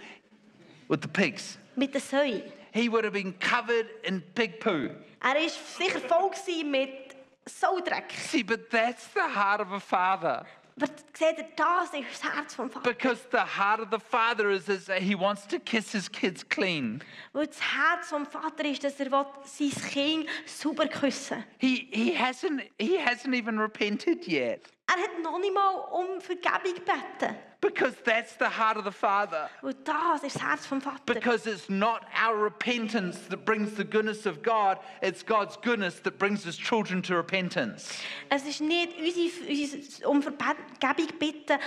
Speaker 1: With the pigs.
Speaker 2: Mit der Säu.
Speaker 1: He would have been covered in pig poo.
Speaker 2: Er war sicher voll gewesen mit Saudreck.
Speaker 1: See, but that's the heart of a father.
Speaker 2: Aber seht ihr, das ist das Herz vom Vater.
Speaker 1: Because the heart of the father is, is that he wants to kiss his kids clean.
Speaker 2: Weil das Herz vom Vater ist, dass er will sein Kind super küssen will.
Speaker 1: He, he, hasn't, he hasn't even repented yet.
Speaker 2: Er hat noch nicht mal um Vergebung gebeten.
Speaker 1: Because that's the heart of the father.
Speaker 2: Weil das ist das Herz vom Vater.
Speaker 1: Because it's not our repentance that brings the goodness of God, it's God's goodness that brings his children to repentance.
Speaker 2: Es ist nicht unsere, unsere um Vergebung bitten,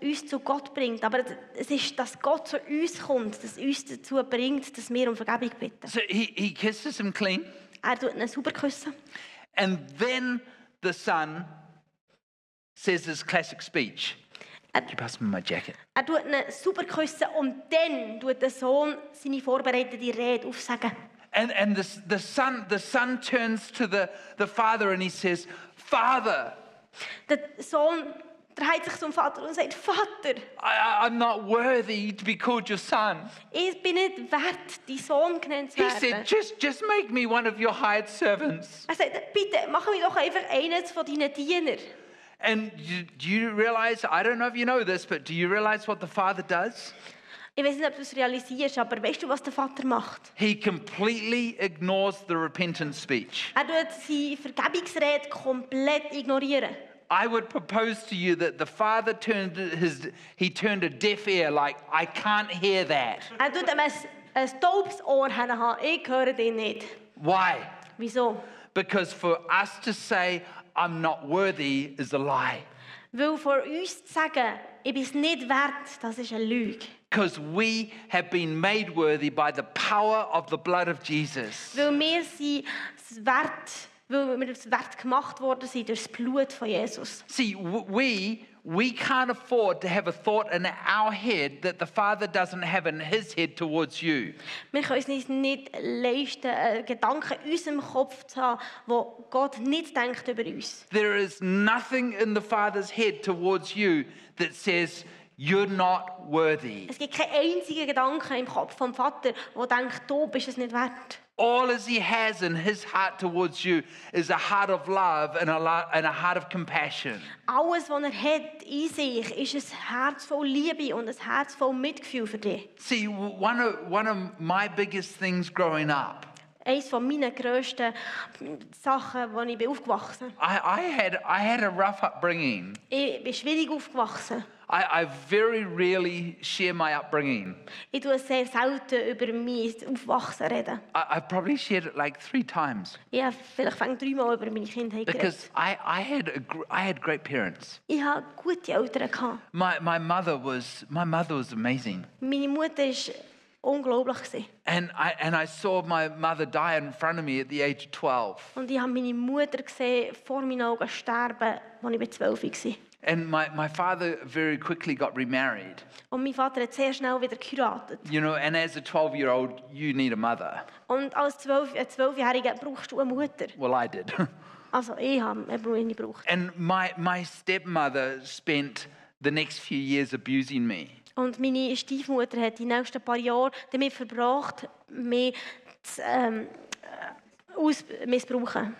Speaker 2: die uns zu Gott bringt. Aber es ist, dass Gott zu uns kommt, dass uns dazu bringt, dass wir um Vergebung bitten.
Speaker 1: So he, he kisses him clean,
Speaker 2: Er tut ihn super küssen.
Speaker 1: and then the son says his classic speech.
Speaker 2: Uh,
Speaker 1: Could you pass me my jacket?
Speaker 2: Er tut ihn super küssen und dann tut der Sohn seine vorbereitete Rede aufsagen.
Speaker 1: And, and the, the, son, the son turns to the, the father and he says, Father,
Speaker 2: Der Sohn dreht sich zum Vater und sagt: Vater,
Speaker 1: I, I- I'm not worthy to be called your son.
Speaker 2: ich bin nicht wert, dein Sohn genannt zu
Speaker 1: He
Speaker 2: werden.
Speaker 1: said, just, just make me one of your hired servants.
Speaker 2: Er sagt, bitte, mach mich doch einfach eines von deinen Dienern.
Speaker 1: And you, do you realize, I don't know if you know this, but do you realize what the father does?
Speaker 2: Ich weiß nicht, ob du es realisierst, aber weißt du, was der Vater macht?
Speaker 1: He completely ignores the repentant speech.
Speaker 2: Er tut seine Vergebungsrede komplett ignorieren.
Speaker 1: I would propose to you that the father turned his, he turned a deaf ear, like, I can't hear that.
Speaker 2: Er tut ihm ein, ein taubes Ohr haben. Ich höre dich nicht.
Speaker 1: Why?
Speaker 2: Wieso?
Speaker 1: Because for us to say, I'm not worthy, is a lie.
Speaker 2: Weil von uns zu sagen, ich bin es nicht wert, das ist eine Lüge.
Speaker 1: Because we have been made worthy by the power of the blood of Jesus.
Speaker 2: Weil wir sind es wert, weil wir es wert gemacht worden sind durch das Blut von Jesus.
Speaker 1: See, w- we, we can't afford to have a thought in our head that the Father doesn't have in his head towards you.
Speaker 2: Wir können es uns nicht leisten, einen Gedanken in unserem Kopf zu haben, wo Gott nicht denkt über uns.
Speaker 1: There is nothing in the Father's head towards you that says, You're not worthy.
Speaker 2: Es gibt keinen einzigen Gedanken im Kopf vom Vater, der denkt, du bist es nicht wert.
Speaker 1: All as he has in his heart towards you is a heart of love and a, lo- and a heart of compassion.
Speaker 2: Alles, was er hat in sich, ist ein Herz voll Liebe und ein Herz voll Mitgefühl für dich.
Speaker 1: See, w- one of, one of my biggest things growing up,
Speaker 2: Eines meiner grössten Sachen, wo ich bin aufgewachsen
Speaker 1: I, I, had, I had a rough upbringing.
Speaker 2: bin. Ich bin schwierig aufgewachsen.
Speaker 1: I, I very rarely share my upbringing.
Speaker 2: Ich tue sehr selten über mein Aufwachsen reden.
Speaker 1: I, I probably shared it like three times
Speaker 2: Ich habe vielleicht fang dreimal über meine Kindheit geredet.
Speaker 1: because I, I, had, a gr- I had great parents.
Speaker 2: Ich hatte gute Eltern. Gehabt.
Speaker 1: My, my, mother was, my mother was amazing.
Speaker 2: Meine Mutter war unglaublich. gewesen.
Speaker 1: And I, and I saw my mother die in front of me at the age of 12.
Speaker 2: Und ich habe meine Mutter gesehen, vor meinen Augen sterben, als ich bei 12 war.
Speaker 1: And my, my father very quickly got remarried.
Speaker 2: Und mein Vater hat sehr schnell wieder geheiratet.
Speaker 1: You know, and as a 12 year old, you need a mother.
Speaker 2: Und als 12 als 12-Jähriger brauchst du eine Mutter.
Speaker 1: Well, I did.
Speaker 2: Also ich habe eine Brühe gebraucht.
Speaker 1: and my, my stepmother spent the next few years abusing me.
Speaker 2: Und meine Stiefmutter hat die nächsten paar Jahre damit verbracht, mich zu ähm, äh, aus missbrauchen.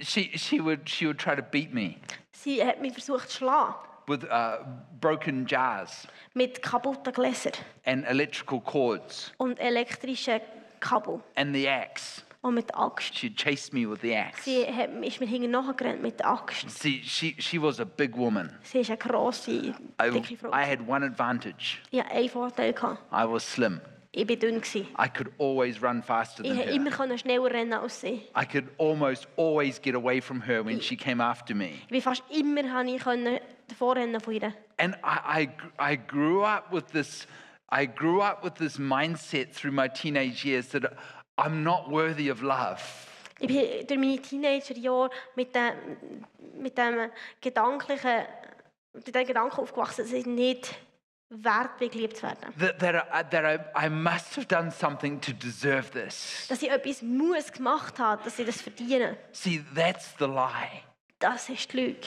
Speaker 1: She, she, would, she would try to beat me
Speaker 2: Sie hat mich versucht zu schlagen.
Speaker 1: with uh, broken jars
Speaker 2: Mit kaputten Gläsern
Speaker 1: and electrical cords
Speaker 2: und elektrischen Kabel
Speaker 1: and the axe.
Speaker 2: und mit der Axt.
Speaker 1: She chased me with the axe.
Speaker 2: Sie hat, ist mir hinterher nachgerannt mit der Axt.
Speaker 1: See, she, she was a big woman.
Speaker 2: Sie ist eine grosse,
Speaker 1: I,
Speaker 2: dicke Frau.
Speaker 1: I had one advantage
Speaker 2: Ich hatte einen Vorteil. Gehabt.
Speaker 1: I was slim.
Speaker 2: Ich war dünn. Gewesen.
Speaker 1: I could always run faster
Speaker 2: Ich
Speaker 1: than
Speaker 2: konnte immer
Speaker 1: her.
Speaker 2: können schneller rennen als sie.
Speaker 1: I could almost always get away from her when she came after me.
Speaker 2: Ich bin fast immer konnte ich können davor rennen von ihr.
Speaker 1: And I, I, I grew up with this. I grew up with this mindset through my teenage years that I'm not worthy of love.
Speaker 2: Ich bin durch meine Teenagerjahre mit dem, mit dem gedanklichen, mit dem Gedanken aufgewachsen, dass ich nicht wert bin, geliebt zu werden.
Speaker 1: That, that, I, that I, I must have done something to deserve this.
Speaker 2: Dass ich etwas muss gemacht habe, dass ich das verdiene.
Speaker 1: See, that's the lie.
Speaker 2: Das ist die Lüge.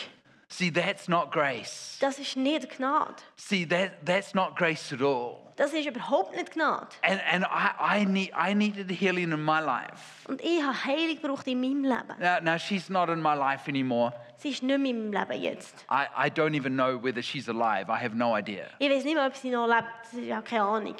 Speaker 1: See, that's not grace.
Speaker 2: Das ist nicht Gnade.
Speaker 1: See, that, that's not grace at all.
Speaker 2: Das ist überhaupt nicht Gnade.
Speaker 1: And, and I, I, need, I needed healing in my life.
Speaker 2: Und ich habe Heilung gebraucht in meinem Leben.
Speaker 1: Now, now, she's not in my life anymore.
Speaker 2: Sie ist nicht mehr in meinem Leben jetzt.
Speaker 1: I, I don't even know whether she's alive. I have no idea.
Speaker 2: Ich weiß nicht mehr, ob sie noch lebt. Ich habe keine Ahnung.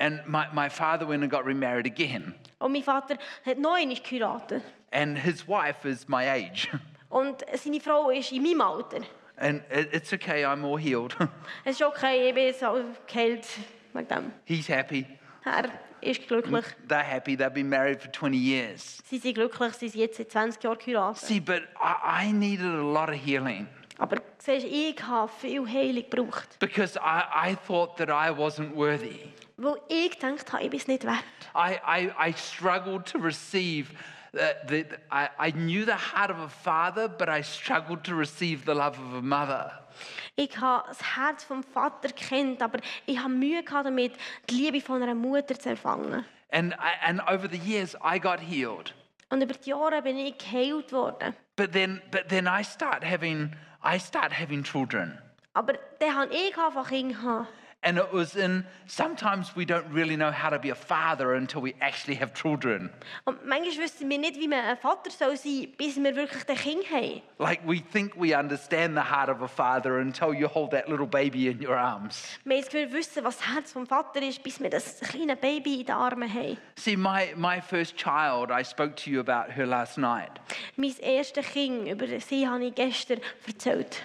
Speaker 1: And my, my father went and got remarried again.
Speaker 2: Und mein Vater hat noch einmal geheiratet.
Speaker 1: And his wife is my age.
Speaker 2: Und seine Frau ist in meinem Alter.
Speaker 1: And it, it's okay, I'm all healed.
Speaker 2: Es ist okay, ich bin jetzt auch geheilt wegen dem.
Speaker 1: He's happy.
Speaker 2: Er ist glücklich.
Speaker 1: They're happy. They've been married for 20 years.
Speaker 2: Sie sind glücklich, sie sind jetzt seit 20 Jahren geheiratet.
Speaker 1: See, but I, I needed a lot of healing
Speaker 2: Aber siehst, ich habe viel Heilung gebraucht.
Speaker 1: because I, I thought that I wasn't worthy.
Speaker 2: Weil ich gedacht habe, ich bin es nicht wert.
Speaker 1: I, I, I struggled to receive. The, the, I, I knew the heart of a father, but I struggled to receive the love of a mother.
Speaker 2: Ich habe das Herz vom Vater kennt, aber ich habe Mühe gehabt damit, die Liebe von einer Mutter zu erfangen.
Speaker 1: And, I, and over the years, I got healed.
Speaker 2: Und über die Jahre bin ich geheilt worden.
Speaker 1: But then, but then I start having, I start having children.
Speaker 2: Aber dann habe ich einfach Kinder. gehabt.
Speaker 1: And it was in, sometimes we don't really know how to be a father until we actually have children.
Speaker 2: Und manchmal wissen wir nicht, wie man ein Vater soll sein soll, bis wir wirklich ein Kind haben.
Speaker 1: Like we think we understand the heart of a father until you hold that little baby in your arms.
Speaker 2: Wir haben das Gefühl, wir wissen, was das Herz vom Vater ist, bis wir das kleine Baby in den Armen haben.
Speaker 1: See, my, my first child, I spoke to you about her last night.
Speaker 2: Mein erstes Kind, über sie habe ich gestern erzählt.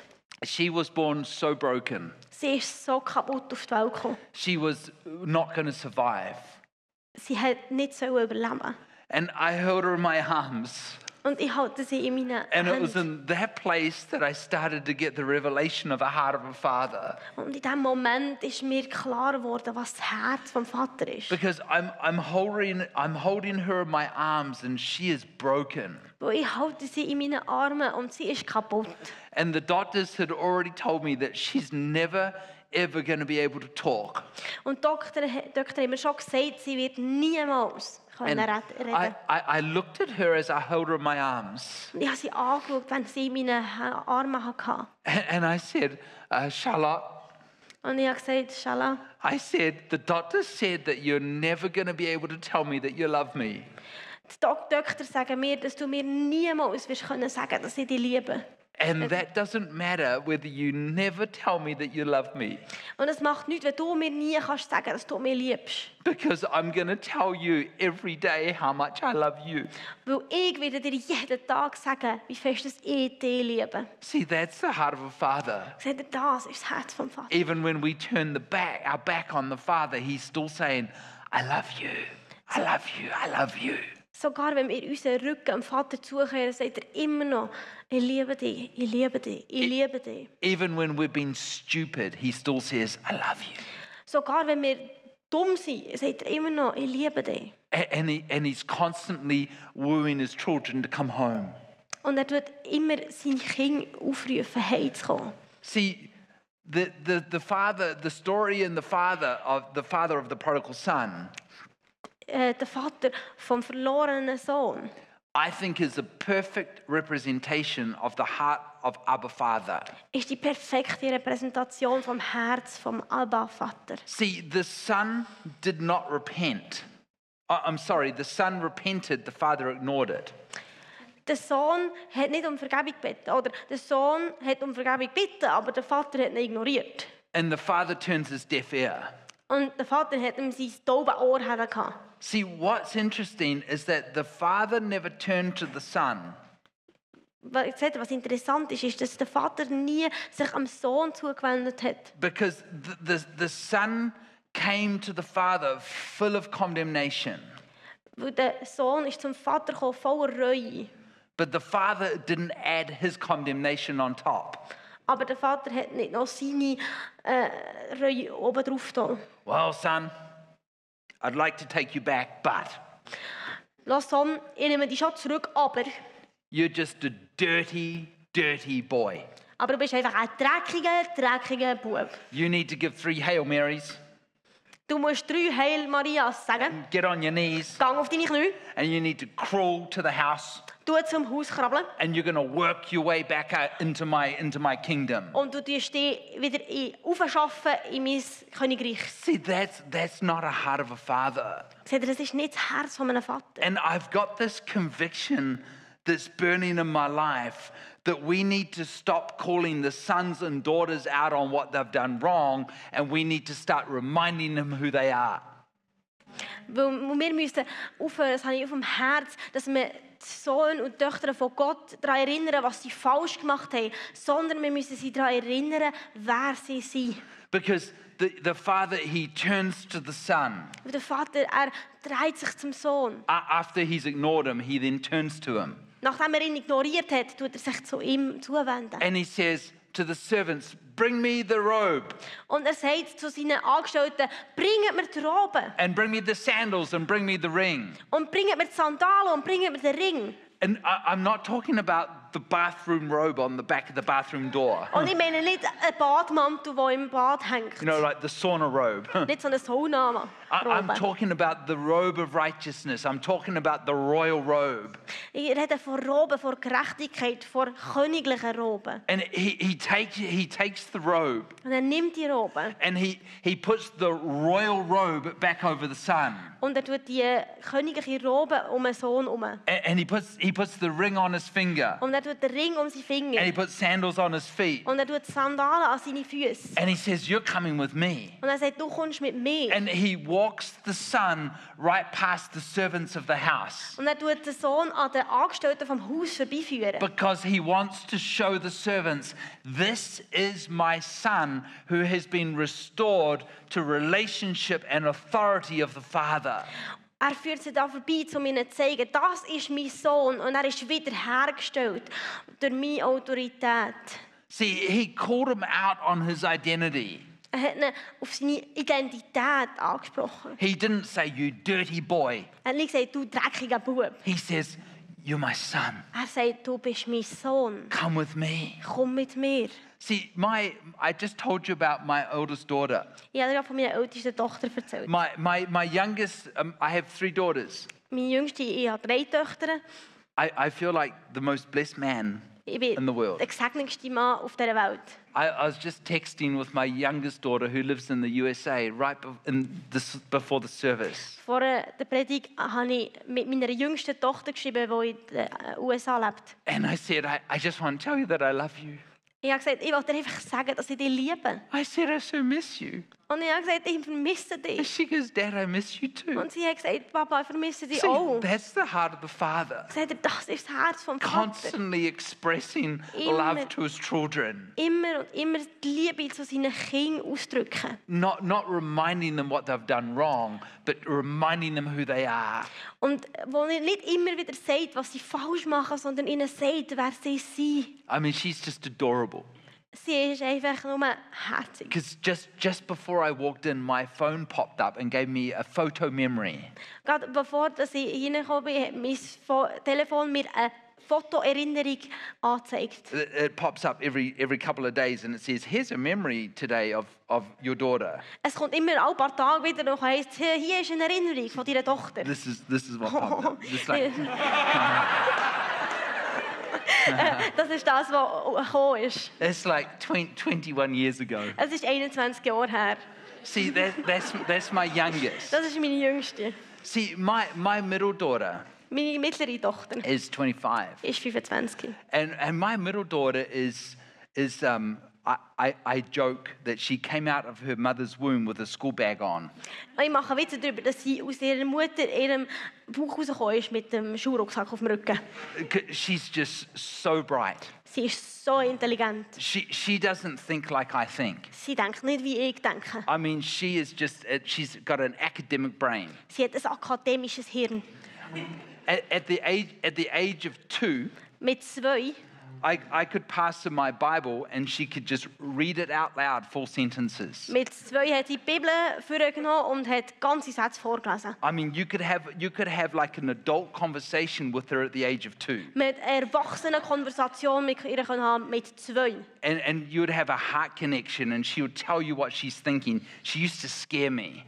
Speaker 1: She was born so broken.
Speaker 2: Sie ist so kaputt auf die Welt gekommen.
Speaker 1: She was not going to survive.
Speaker 2: Sie hat nicht so überleben.
Speaker 1: And I held her in my arms.
Speaker 2: Und ich halte sie in meinen
Speaker 1: And it was
Speaker 2: Händen.
Speaker 1: in that place that I started to get the revelation of a heart of a father.
Speaker 2: Und in diesem Moment ist mir klar geworden, was das Herz vom Vater ist.
Speaker 1: Because I'm, I'm, holding, I'm holding her in my arms and she is broken.
Speaker 2: Weil ich halte sie in meinen Armen und sie ist kaputt.
Speaker 1: And the doctors had already told me that she's never, ever going to be able to talk.
Speaker 2: Und die Doktor, Doktor haben mir schon gesagt, sie wird niemals können
Speaker 1: And
Speaker 2: red- reden
Speaker 1: I, I, I looked at her as I held her in my arms
Speaker 2: Und ich habe sie angeschaut, wenn sie in meinen Ha- Armen hatte.
Speaker 1: and, and I said, uh, Charlotte,
Speaker 2: Und ich habe gesagt, Schala,
Speaker 1: I said, the doctor said that you're never going to be able to tell me that you love me.
Speaker 2: die Dok Doktor sagen mir, dass du mir niemals wirst können sagen, dass ich dich liebe.
Speaker 1: And that doesn't matter whether you never tell me that you love me,
Speaker 2: Und es macht nichts, wenn du mir nie kannst sagen, dass du mich liebst.
Speaker 1: because I'm going to tell you every day how much I love you.
Speaker 2: Weil ich werde dir jeden Tag sagen, wie fest dass ich dich liebe.
Speaker 1: See, that's the heart of a father.
Speaker 2: Seht ihr, das ist das Herz vom Vater.
Speaker 1: Even when we turn the back, our back on the father, he's still saying, I love you. I love you. I love you.
Speaker 2: Sogar wenn wir unseren Rücken dem Vater zukehren, sagt er immer noch, ich liebe dich, ich liebe dich, ich liebe dich.
Speaker 1: Even when we've been stupid, he still says, I love you.
Speaker 2: Sogar wenn wir dumm sind, sagt er immer noch, ich liebe dich.
Speaker 1: A- And, he, and he's constantly wooing his children to come home.
Speaker 2: Und er tut immer seine Kinder aufrufen, heimzukommen.
Speaker 1: See, the, the, the father, the story in the father of the father of the prodigal son,
Speaker 2: Äh, der Vater vom verlorenen Sohn,
Speaker 1: I think is a perfect representation of the heart of Abba Father.
Speaker 2: ist die perfekte Repräsentation vom Herz vom Abba-Vater.
Speaker 1: See, the son did not repent. I- I'm sorry, the son repented, the father ignored it.
Speaker 2: Der Sohn hat nicht um Vergebung gebeten, oder der Sohn hat um Vergebung gebeten, aber der Vater hat ihn ignoriert.
Speaker 1: And the father turns his deaf ear.
Speaker 2: Und der Vater hat ihm sein taube Ohr gehabt.
Speaker 1: See, what's interesting is that the Father never turned to the Son.
Speaker 2: Wa- seht ihr, Was interessant ist, ist, dass der Vater nie sich am Sohn zugewendet hat.
Speaker 1: because the, the, the son came to the father full of condemnation
Speaker 2: Weil der Sohn ist zum Vater gekommen, voller Reue.
Speaker 1: but the father didn't add his condemnation on top
Speaker 2: Aber der Vater hat nicht noch seine äh, Reue oben drauf getan.
Speaker 1: well son i'd like to take you back but
Speaker 2: Lass Sohn, ich nehme dich schon zurück, aber,
Speaker 1: you're just a dirty dirty boy
Speaker 2: aber du bist einfach ein dreckiger, dreckiger Bub.
Speaker 1: you need to give three hail marys
Speaker 2: Du musst drei Heil Marias sagen.
Speaker 1: get on your knees
Speaker 2: Gang auf deine Knie,
Speaker 1: and you need to crawl to the house
Speaker 2: du zum Haus krabbeln
Speaker 1: and you're going to work your way back out into my into my kingdom
Speaker 2: und du tust dich wieder in- aufschaffen in mein Königreich.
Speaker 1: see that's that's not a heart of a father
Speaker 2: Seht ihr, das ist nicht das Herz von einem Vater.
Speaker 1: And I've got this conviction that's burning in my life that we need to stop calling the sons and daughters out on what they've done wrong and we need to start reminding them who they are.
Speaker 2: Weil wir müssen aufhören, das habe ich auf dem Herz, dass wir die Söhne und Töchter von Gott daran erinnern, was sie falsch gemacht haben, sondern wir müssen sie daran erinnern, wer sie sind.
Speaker 1: Because the, the father, he turns to the son.
Speaker 2: Weil der Vater, er dreht sich zum Sohn.
Speaker 1: A- after he's ignored him, he then turns to him
Speaker 2: Nachdem er ihn ignoriert hat, tut er sich zu ihm zuwenden.
Speaker 1: and he says to the servants, Bring me the robe
Speaker 2: Und er sagt zu seinen Angestellten, bringt mir die Robe
Speaker 1: and bring me the sandals and bring me the ring.
Speaker 2: und bringt mir die Sandalen und bringt mir den Ring.
Speaker 1: And I, I'm not talking about the bathroom robe on the back of the bathroom door.
Speaker 2: Und ich meine nicht einen Badmantel, der im Bad hängt.
Speaker 1: You know, like the sauna robe.
Speaker 2: Nicht so eine Sauna.
Speaker 1: I, I'm talking about the robe of righteousness. I'm talking about the royal robe.
Speaker 2: Ich rede von Roben, von Gerechtigkeit, von königlichen Roben.
Speaker 1: And he, he, takes, he takes the robe
Speaker 2: Und er nimmt die Roben
Speaker 1: and he, he puts the royal robe back over the son.
Speaker 2: und er tut die königliche Robe um den Sohn herum.
Speaker 1: And, and he, puts, he puts the ring on his finger.
Speaker 2: Und er tut den Ring um seine
Speaker 1: And he
Speaker 2: Finger.
Speaker 1: puts sandals on his feet.
Speaker 2: Und er tut die Sandalen an seine Füße.
Speaker 1: And he says, You're coming with me.
Speaker 2: Und er sagt, du kommst mit mir.
Speaker 1: And he walks the son right past the servants of the house
Speaker 2: Und er tut den Sohn an den Angestellten vom Haus vorbeiführen.
Speaker 1: because he wants to show the servants, This is my son who has been restored to relationship and authority of the Father.
Speaker 2: Er führt sie da vorbei, um ihnen zu zeigen, das ist mein Sohn und er ist wiederhergestellt durch meine Autorität.
Speaker 1: See, he called him out on his identity.
Speaker 2: Er hat ihn auf seine Identität angesprochen.
Speaker 1: He didn't say, You dirty boy.
Speaker 2: Er hat nicht gesagt, du dreckiger Bub.
Speaker 1: He says, You're my son.
Speaker 2: Er sagt, du bist mein Sohn.
Speaker 1: Come with me.
Speaker 2: Komm mit mir.
Speaker 1: See, my, I just told you about my oldest daughter.
Speaker 2: Ich habe dir ja von meiner ältesten Tochter erzählt.
Speaker 1: My, my, my youngest, um, I have three daughters.
Speaker 2: Meine jüngste, ich habe drei Töchter.
Speaker 1: I, I feel like the most blessed man
Speaker 2: Ich
Speaker 1: in the
Speaker 2: bin
Speaker 1: world.
Speaker 2: der gesegnetste Mann auf dieser Welt.
Speaker 1: I, I was just texting with my youngest daughter who lives in the USA right bef- in this, before the service.
Speaker 2: Vor äh, der Predigt habe ich mit meiner jüngsten Tochter geschrieben, die in den äh, USA lebt.
Speaker 1: And I said, I, I just want to tell you that I love you.
Speaker 2: Ich habe gesagt, ich wollte dir einfach sagen, dass ich dich liebe.
Speaker 1: I said, I so miss you.
Speaker 2: Und ich habe gesagt, ich vermisse
Speaker 1: And
Speaker 2: dich.
Speaker 1: she goes, Dad, I miss you too.
Speaker 2: Und sie hat gesagt, Papa, ich vermisse dich
Speaker 1: See,
Speaker 2: auch.
Speaker 1: that's the heart of the father.
Speaker 2: Sagt er, das ist das Herz vom Vater.
Speaker 1: Constantly expressing love to his children,
Speaker 2: Immer und immer die Liebe zu seinen Kindern ausdrücken.
Speaker 1: not, not reminding them what they've done wrong, but reminding them who they are.
Speaker 2: Und wo er nicht immer wieder sagt, was sie falsch machen, sondern ihnen sagt, wer sie sind.
Speaker 1: I mean, she's just adorable.
Speaker 2: Sie ist einfach nur herzig.
Speaker 1: Because just, just before I walked in, my phone popped up and gave me a photo memory.
Speaker 2: Gerade bevor dass ich hineingekommen bin, hat mein Fo Telefon mir eine Fotoerinnerung angezeigt.
Speaker 1: It, it pops up every, every couple of days and it says, Here's a memory today of, of your daughter.
Speaker 2: Es kommt immer alle paar Tage wieder und heisst, «Hier- hier ist eine Erinnerung von deiner Tochter.
Speaker 1: This is, this is what popped up. It's like,
Speaker 2: Das ist das, was gekommen ist.
Speaker 1: it's like 20, 21 years ago.
Speaker 2: Es ist 21 Jahre her.
Speaker 1: See, that, that's, that's my youngest.
Speaker 2: Das ist meine jüngste.
Speaker 1: See, my, my middle daughter
Speaker 2: Meine mittlere Tochter
Speaker 1: is 25,
Speaker 2: ist 25.
Speaker 1: and, and my middle daughter is, is um, I, I, I joke that she came out of her mother's womb with a school bag on.
Speaker 2: Ich mache Witze darüber, dass sie aus ihrer Mutter ihrem Bauch rausgekommen ist mit dem Schulrucksack auf dem Rücken.
Speaker 1: C- She's just so bright.
Speaker 2: Sie ist so intelligent.
Speaker 1: She, she doesn't think like I think.
Speaker 2: Sie denkt nicht, wie ich denke.
Speaker 1: I mean, she is just, uh, she's got an academic brain.
Speaker 2: Sie hat ein akademisches Hirn.
Speaker 1: At, at, the, age, at the age of two,
Speaker 2: Mit zwei
Speaker 1: I, I could pass her my Bible and she could just read it out loud, full sentences.
Speaker 2: Mit zwei hat sie die Bibel vorgenommen und hat ganze Sätze vorgelesen.
Speaker 1: I mean, you could have you could have like an adult conversation with her at the age of two,
Speaker 2: Mit erwachsenen Konversation mit ihr können haben mit zwei.
Speaker 1: and and you would have a heart connection, and she would tell you what she's thinking. She used to scare me.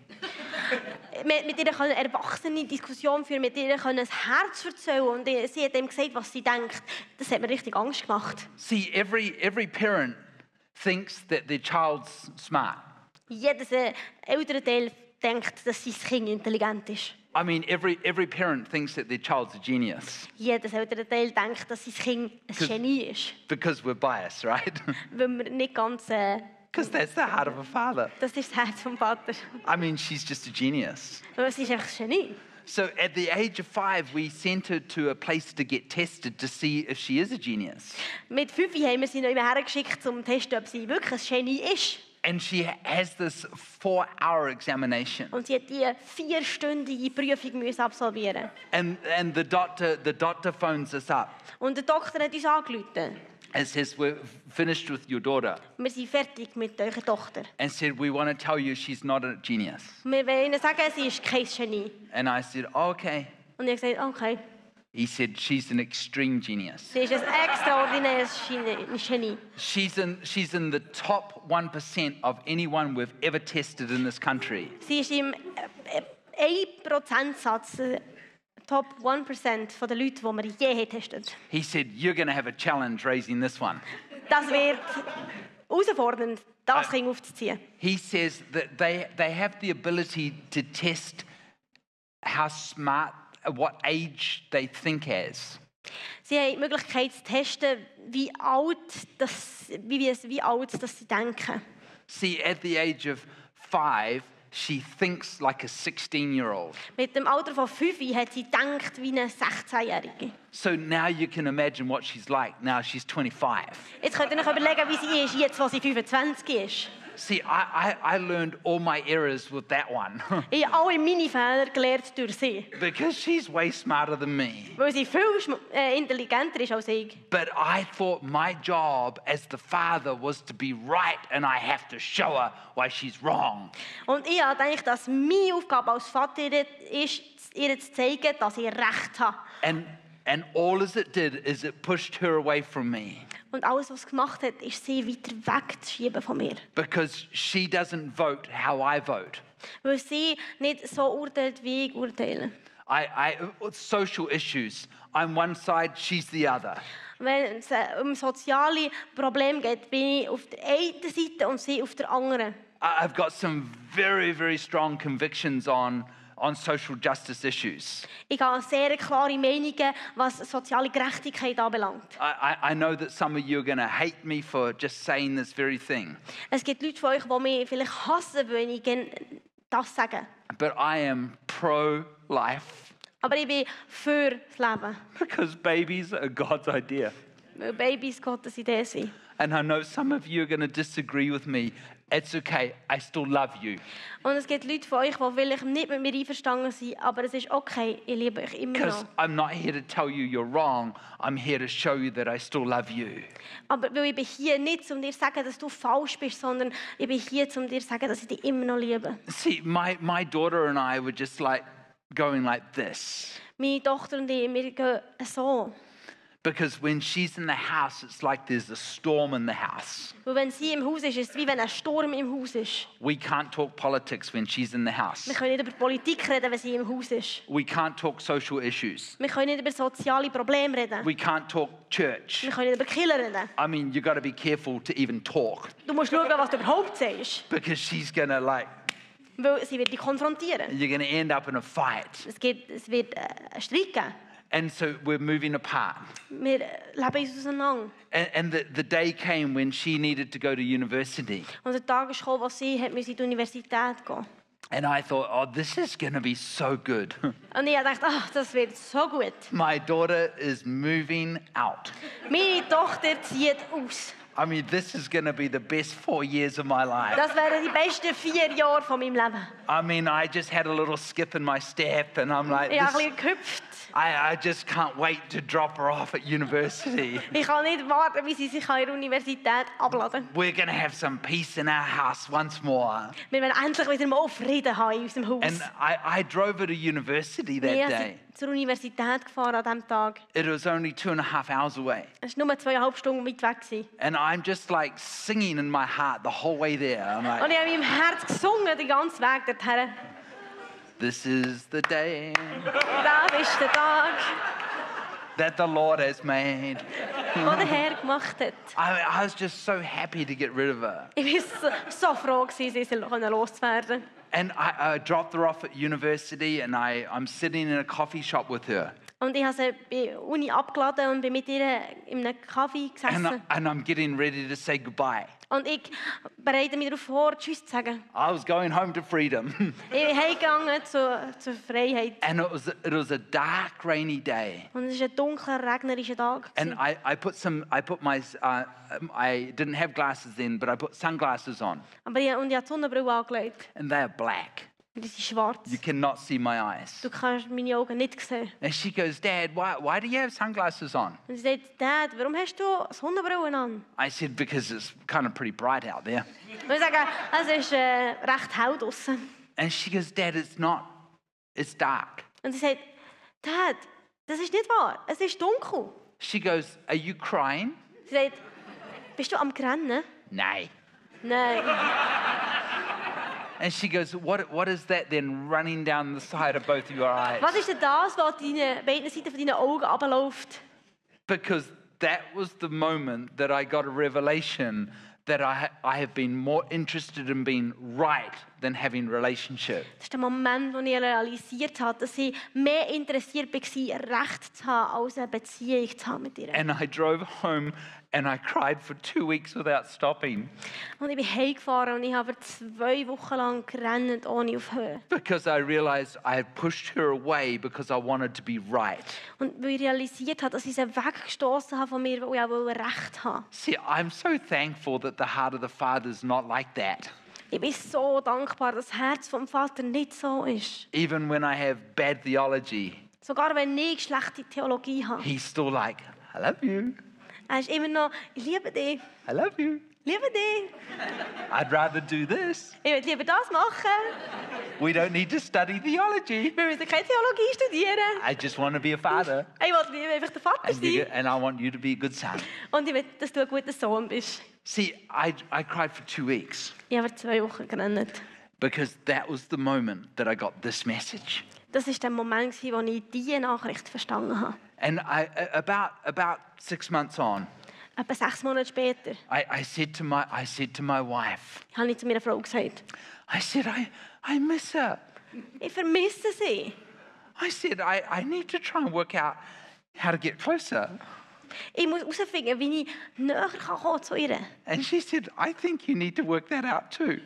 Speaker 2: Mit, mit ihr können erwachsene Diskussion führen, mit ihr können das Herz erzählen und ihr- sie hat ihm gesagt, was sie denkt. Das hat mir richtig Angst gemacht.
Speaker 1: See, every every parent thinks that their child's smart.
Speaker 2: Jedes äh, ältere Teil denkt, dass sein Kind intelligent ist.
Speaker 1: I mean, every every parent thinks that their child's a genius
Speaker 2: Jedes ältere Teil denkt, dass sein Kind ein Genie ist,
Speaker 1: because we're biased, right?
Speaker 2: weil wir nicht ganz äh,
Speaker 1: Because that's the heart of a father.
Speaker 2: das ist das Herz vom Vater.
Speaker 1: I mean, she's just a genius.
Speaker 2: Aber sie ist einfach ein Genie.
Speaker 1: So at the age of five, we sent her to a place to get tested to see if she is a genius.
Speaker 2: Mit fünf haben wir sie noch immer hergeschickt, um zu testen, ob sie wirklich ein Genie ist.
Speaker 1: And she has this four hour examination.
Speaker 2: Und sie hat die vierstündige Prüfung müssen absolvieren.
Speaker 1: And, and the, doctor, the doctor phones us up
Speaker 2: Und der Doktor hat uns angerufen.
Speaker 1: and says, We're finished with your daughter.
Speaker 2: Wir sind fertig mit eurer Tochter.
Speaker 1: And said, We want to tell you she's not a genius.
Speaker 2: Wir wollen ihnen sagen, sie ist kein Genie.
Speaker 1: And I said, "Oh, Okay.
Speaker 2: Und ich habe gesagt, okay,
Speaker 1: He said, She's an extreme genius.
Speaker 2: sie ist ein extraordinäres Genie- Genie.
Speaker 1: She's in, she's in the top 1% of anyone we've ever tested in this country.
Speaker 2: Sie ist im äh, äh, 1%-Satz, äh, Top 1% von den Leuten, die wir je getestet haben.
Speaker 1: He said, You're going to have a challenge raising this one.
Speaker 2: Das wird herausfordernd, das Kind aufzuziehen.
Speaker 1: He says that they, they have the ability to test how smart, what age they think as.
Speaker 2: Sie haben die Möglichkeit zu testen, wie alt, das, wie, wie, es- wie alt das sie denken.
Speaker 1: See, at the age of five, she thinks like a 16 year old.
Speaker 2: Mit dem Alter von 5 hat sie gedacht wie eine 16-Jährige.
Speaker 1: So now you can imagine what she's like. Now she's 25.
Speaker 2: Jetzt könnt ihr euch überlegen, wie sie ist, jetzt, wo sie 25 ist.
Speaker 1: See, I, I, I learned all my errors with that one
Speaker 2: Ich habe alle meine Fehler gelernt durch sie,
Speaker 1: because she's way smarter than me.
Speaker 2: weil sie viel schm- äh, intelligenter ist als ich.
Speaker 1: But I thought my job as the father was to be right and I have to show her why she's wrong.
Speaker 2: Und ich habe gedacht, dass meine Aufgabe als Vater ist, ihr zu zeigen, dass ich recht habe.
Speaker 1: And, and all as it did is it pushed her away from me
Speaker 2: Und alles, was sie gemacht hat, ist, sie weiter wegzuschieben von mir.
Speaker 1: because she doesn't vote how I vote.
Speaker 2: Weil sie nicht so urteilt, wie ich urteile.
Speaker 1: I, I, social issues. I'm one side, she's the other.
Speaker 2: Wenn es äh, um soziale Probleme geht, bin ich auf der einen Seite und sie auf der anderen.
Speaker 1: I- I've got some very, very strong convictions on, on social justice issues.
Speaker 2: Ich habe sehr klare Meinungen, was soziale Gerechtigkeit anbelangt.
Speaker 1: I, I, I know that some of you are going to hate me for just saying this very thing,
Speaker 2: Es gibt Leute von euch, die mich vielleicht hassen, wenn ich gen- das sage.
Speaker 1: but I am pro life
Speaker 2: Aber ich bin für das Leben,
Speaker 1: because babies are God's idea.
Speaker 2: weil Babys Gottes Idee sind.
Speaker 1: And I know some of you are going to disagree with me. It's okay, I still love you
Speaker 2: Und es gibt Leute von euch, die vielleicht nicht mit mir einverstanden sind, aber es ist okay, ich liebe euch immer
Speaker 1: because
Speaker 2: noch.
Speaker 1: I'm not here to tell you you're wrong. I'm here to show you that I still love you.
Speaker 2: Aber weil ich bin hier nicht, um dir zu sagen, dass du falsch bist, sondern ich bin hier, um dir zu sagen, dass ich dich immer noch liebe.
Speaker 1: See, my, my daughter and I were just like going like this
Speaker 2: Meine Tochter und ich, wir gehen so.
Speaker 1: because when she's in the house, it's like there's a storm in the house.
Speaker 2: Weil wenn sie im Haus ist, ist es wie wenn ein Sturm im Haus ist.
Speaker 1: We can't talk politics when she's in the house.
Speaker 2: Wir können nicht über Politik reden, wenn sie im Haus ist.
Speaker 1: We can't talk social issues.
Speaker 2: Wir können nicht über soziale Probleme reden.
Speaker 1: We can't talk church.
Speaker 2: Wir können nicht über Killer reden.
Speaker 1: I mean, you got to be careful to even talk
Speaker 2: Du musst schauen, was du überhaupt sagst.
Speaker 1: because she's going to like,
Speaker 2: Weil sie wird dich konfrontieren.
Speaker 1: you're going to end up in a fight.
Speaker 2: Es, gibt, es wird äh, einen Streit geben.
Speaker 1: And so we're moving apart.
Speaker 2: Wir äh, leben uns auseinander.
Speaker 1: And, and the, the day came when she needed to go to university.
Speaker 2: Und der Tag ist gekommen, als sie hat in die Universität gehen musste.
Speaker 1: And I thought, oh, this is going to be so good.
Speaker 2: Und ich dachte, ach, das wird so gut.
Speaker 1: My daughter is moving out.
Speaker 2: Meine Tochter zieht aus.
Speaker 1: I mean, this is going to be the best four years of my life.
Speaker 2: Das wären die besten vier Jahre von meinem Leben.
Speaker 1: I mean, I just had a little skip in my step, and I'm like,
Speaker 2: Ich habe ein
Speaker 1: this,
Speaker 2: bisschen gehüpft.
Speaker 1: I, I just can't wait to drop her off at university.
Speaker 2: Ich kann nicht warten, bis sie sich an der Universität abladen kann.
Speaker 1: We're going to have some peace in our house once more.
Speaker 2: Wir werden endlich wieder mal Frieden haben in unserem Haus.
Speaker 1: And I, I drove her to university that
Speaker 2: Wir
Speaker 1: day.
Speaker 2: sind zur Universität gefahren an diesem Tag.
Speaker 1: It was only two and a half hours away.
Speaker 2: Es war nur zweieinhalb Stunden weit weg. gewesen.
Speaker 1: And I'm just like singing in my heart the whole way there. I'm
Speaker 2: Und
Speaker 1: like,
Speaker 2: ich habe in meinem Herz gesungen, den ganzen Weg dorthin.
Speaker 1: this is the day
Speaker 2: Das ist der Tag,
Speaker 1: that the Lord has made.
Speaker 2: den der Herr gemacht hat.
Speaker 1: I, I was just so happy to get rid of her.
Speaker 2: Ich war so froh, gewesen, sie loszuwerden.
Speaker 1: And I, I dropped her off at university and I, I'm sitting in a coffee shop with her.
Speaker 2: Und ich habe sie bei der Uni abgeladen und bin mit ihr in einem Kaffee
Speaker 1: And, I,
Speaker 2: gesessen.
Speaker 1: and I'm getting ready to say goodbye.
Speaker 2: Und ich bereite mich darauf vor, Tschüss zu sagen.
Speaker 1: I was going home to freedom.
Speaker 2: Ich bin heimgegangen zur, zur Freiheit.
Speaker 1: and it was, it was a dark, rainy day.
Speaker 2: Und es war ein dunkler, regnerischer Tag.
Speaker 1: And
Speaker 2: gewesen.
Speaker 1: I, I put some, I put my, uh, um, I didn't have glasses then, but I put sunglasses on.
Speaker 2: Aber ich, und ich habe die Sonnenbrille angelegt.
Speaker 1: And they are black.
Speaker 2: Und sie ist schwarz.
Speaker 1: You cannot see my eyes.
Speaker 2: Du kannst meine Augen nicht sehen.
Speaker 1: And she goes, Dad, why, why do you have sunglasses on?
Speaker 2: Und sie sagt, Dad, warum hast du Sonnenbrillen an?
Speaker 1: I said, because it's kind of pretty bright out there.
Speaker 2: Und ich sage, es ist äh, recht hell draussen.
Speaker 1: And she goes, Dad, it's not, it's dark.
Speaker 2: Und sie sagt, Dad, das ist nicht wahr. Es ist dunkel.
Speaker 1: She goes, Are you crying?
Speaker 2: Sie sagt, bist du am Grennen?
Speaker 1: Nay.
Speaker 2: Nein.
Speaker 1: And she goes, what, what is that then running down the side of both of your eyes?
Speaker 2: Was ist denn das, was an deinen beiden Seiten von deinen Augen abläuft?
Speaker 1: Because that was the moment that I got a revelation that I, ha- I have been more interested in being right than having relationship.
Speaker 2: Das ist der Moment, wo ich realisiert habe, dass ich mehr interessiert war, Recht zu haben, als eine Beziehung zu haben mit ihr.
Speaker 1: And I drove home and I cried for two weeks without stopping
Speaker 2: Und ich bin heimgefahren und ich habe zwei Wochen lang gerannt, ohne aufhören.
Speaker 1: because I realized I had pushed her away because I wanted to be right.
Speaker 2: Und weil ich realisiert habe, dass ich sie weggestoßen habe von mir, weil ich auch Recht haben wollte.
Speaker 1: See, I'm so thankful that the heart of the Father is not like that.
Speaker 2: Ich bin so dankbar, dass das Herz vom Vater nicht so ist.
Speaker 1: Even when I have bad theology,
Speaker 2: Sogar wenn ich schlechte Theologie habe.
Speaker 1: he's still like, I love you.
Speaker 2: Er ist immer noch, ich liebe dich,
Speaker 1: I love you.
Speaker 2: liebe dich,
Speaker 1: I'd rather do this.
Speaker 2: ich will lieber das machen.
Speaker 1: We don't need to study theology.
Speaker 2: Wir müssen keine Theologie studieren.
Speaker 1: I just want to be a father.
Speaker 2: Ich will lieber einfach der Vater
Speaker 1: And, you,
Speaker 2: sein.
Speaker 1: and I want you to be a good son.
Speaker 2: Und ich will, dass du ein guter Sohn bist.
Speaker 1: See, I, I cried for two weeks
Speaker 2: Ich habe zwei Wochen gerannt.
Speaker 1: because that was the moment that I got this message.
Speaker 2: Das war der Moment, gewesen, wo ich diese Nachricht verstanden habe.
Speaker 1: And I, a- about, about six months on,
Speaker 2: Etwa sechs Monate später
Speaker 1: I, I, said to my, I said to my wife,
Speaker 2: habe ich zu meiner Frau gesagt,
Speaker 1: I said, I, I miss her.
Speaker 2: ich vermisse sie.
Speaker 1: I said, I, I need to try and work out how to get closer.
Speaker 2: Ich muss herausfinden, wie ich näher kann kommen zu ihr
Speaker 1: And she said, I think you need to work that out too.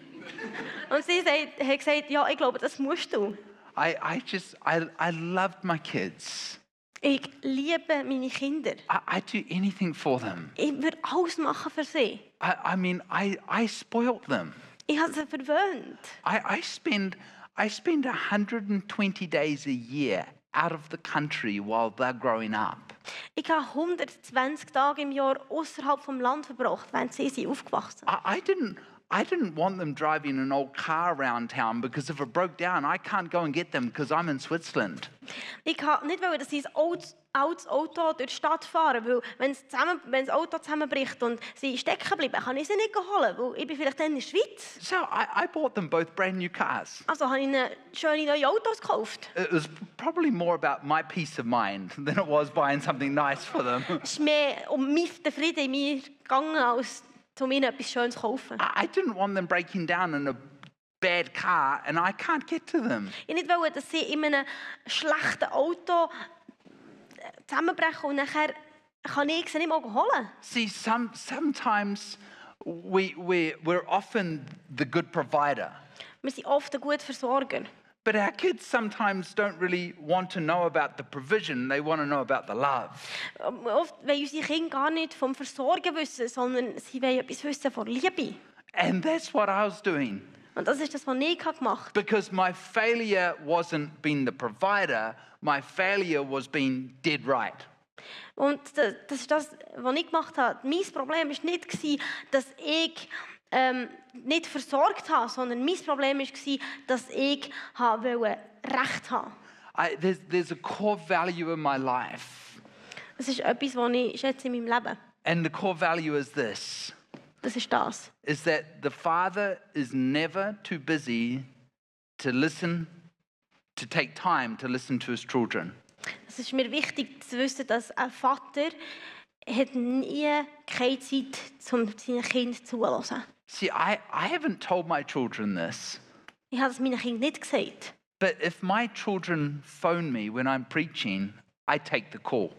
Speaker 2: Und sie sagt, hat gesagt, ja, ich glaube, das musst du.
Speaker 1: I, I just, I, I loved my kids.
Speaker 2: Ich liebe meine Kinder.
Speaker 1: I, I'd do anything for them.
Speaker 2: Ich würde alles machen für sie.
Speaker 1: I, I mean, I, I spoilt them.
Speaker 2: Ich habe sie verwöhnt.
Speaker 1: I, I spend I spend 120 days a year out of the country while they're growing up.
Speaker 2: Ich habe 120 Tage im Jahr außerhalb vom Land verbracht, während sie sind aufgewachsen.
Speaker 1: I, I didn't I didn't want them driving an old car around town because if it broke down, I can't go and get them because I'm in Switzerland.
Speaker 2: Ich wollte nicht, wollen, dass sie ein altes, altes Auto durch die Stadt fahren, weil wenn, es zusammen, wenn das Auto zusammenbricht und sie stecken bleiben, kann ich sie nicht holen, weil ich bin vielleicht dann in der Schweiz.
Speaker 1: So I, I bought them both brand new cars.
Speaker 2: Also habe ich ihnen schöne neue Autos gekauft.
Speaker 1: It was probably more about my peace of mind than it was buying something nice for them. I,
Speaker 2: Es ist mehr um meinen Frieden in mir gegangen, als um ihnen etwas Schönes zu kaufen.
Speaker 1: I didn't want them breaking down in a bad car and I can't get to them.
Speaker 2: Ich wollte nicht, dass sie in einem schlechten Auto zusammenbrechen und nachher kann ich sie nicht mehr holen.
Speaker 1: See, some, sometimes we, we, we're often the good provider,
Speaker 2: Wir sind oft ein guter Versorger.
Speaker 1: but our kids sometimes don't really want to know about the provision, they want to know about the love.
Speaker 2: Ähm, Oft wollen unsere Kinder gar nicht vom Versorgen wissen, sondern sie wollen etwas wissen von Liebe.
Speaker 1: And that's what I was doing
Speaker 2: Und das ist das, was ich gemacht habe.
Speaker 1: because my failure wasn't being the provider, my failure was being dead right.
Speaker 2: Und das, das ist das, was ich gemacht habe. Mein Problem war nicht, gewesen, dass ich ähm, nicht versorgt habe, sondern mein Problem war, dass ich habe wollte Recht haben
Speaker 1: I, there's, there's a core value in my life,
Speaker 2: Das ist etwas, was ich schätze in meinem Leben.
Speaker 1: and the core value is this.
Speaker 2: Das ist das.
Speaker 1: is that the Father is never too busy to listen, to take time to listen to his children.
Speaker 2: Es ist mir wichtig zu wissen, dass ein Vater hat nie keine Zeit hat, um seinen Kind zuzuhören.
Speaker 1: See, I, I haven't told my children this,
Speaker 2: Ich habe es meinen Kindern nicht gesagt.
Speaker 1: but if my children phone me when I'm preaching, I take the call.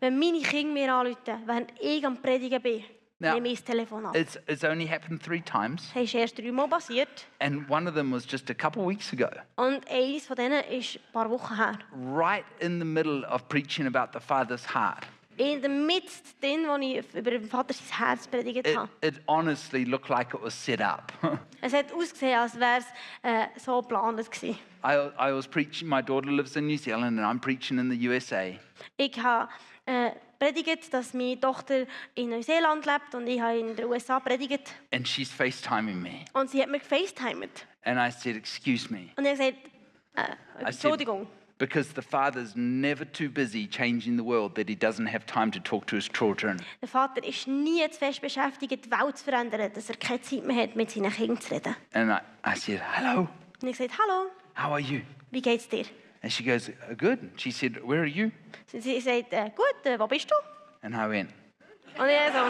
Speaker 2: Wenn meine Kinder mir anrufen, während ich am Predigen bin,
Speaker 1: Ja.
Speaker 2: nehme ich das Telefon ab.
Speaker 1: It's, it's only happened three times,
Speaker 2: Das ist erst dreimal passiert.
Speaker 1: and one of them was just a couple weeks ago,
Speaker 2: Und eines von denen ist ein paar Wochen her.
Speaker 1: right in the middle of preaching about the Father's heart.
Speaker 2: In der Mitte, drin, wo ich über den Vater sein Herz predigt
Speaker 1: It,
Speaker 2: habe.
Speaker 1: it honestly looked like it was set up.
Speaker 2: Es hat ausgesehen, als wäre es äh, so geplant gewesen.
Speaker 1: I, I was preaching, my daughter lives in New Zealand, and I'm preaching in the USA.
Speaker 2: Ich habe äh, predigt, dass meine Tochter in Neuseeland lebt und ich habe in den USA predigt.
Speaker 1: And she's FaceTiming me.
Speaker 2: Und sie hat mir gefacetimed.
Speaker 1: And I said, Excuse me.
Speaker 2: Und ich habe gesagt, äh,
Speaker 1: I said,
Speaker 2: Entschuldigung.
Speaker 1: Because the father's never too busy changing the world that he doesn't have time to talk to his children.
Speaker 2: Der Vater ist nie zu fest beschäftigt, die Welt zu verändern, dass er keine Zeit mehr hat, mit seinen Kindern zu reden.
Speaker 1: And I, I said, Hello,
Speaker 2: Und ich sagte, hallo,
Speaker 1: how are you?
Speaker 2: wie geht's dir?
Speaker 1: And she goes, "Uh, Good. She said, Where are you?
Speaker 2: Und sie sagt, äh, gut, äh, wo bist du?
Speaker 1: And I went,
Speaker 2: Und ich so,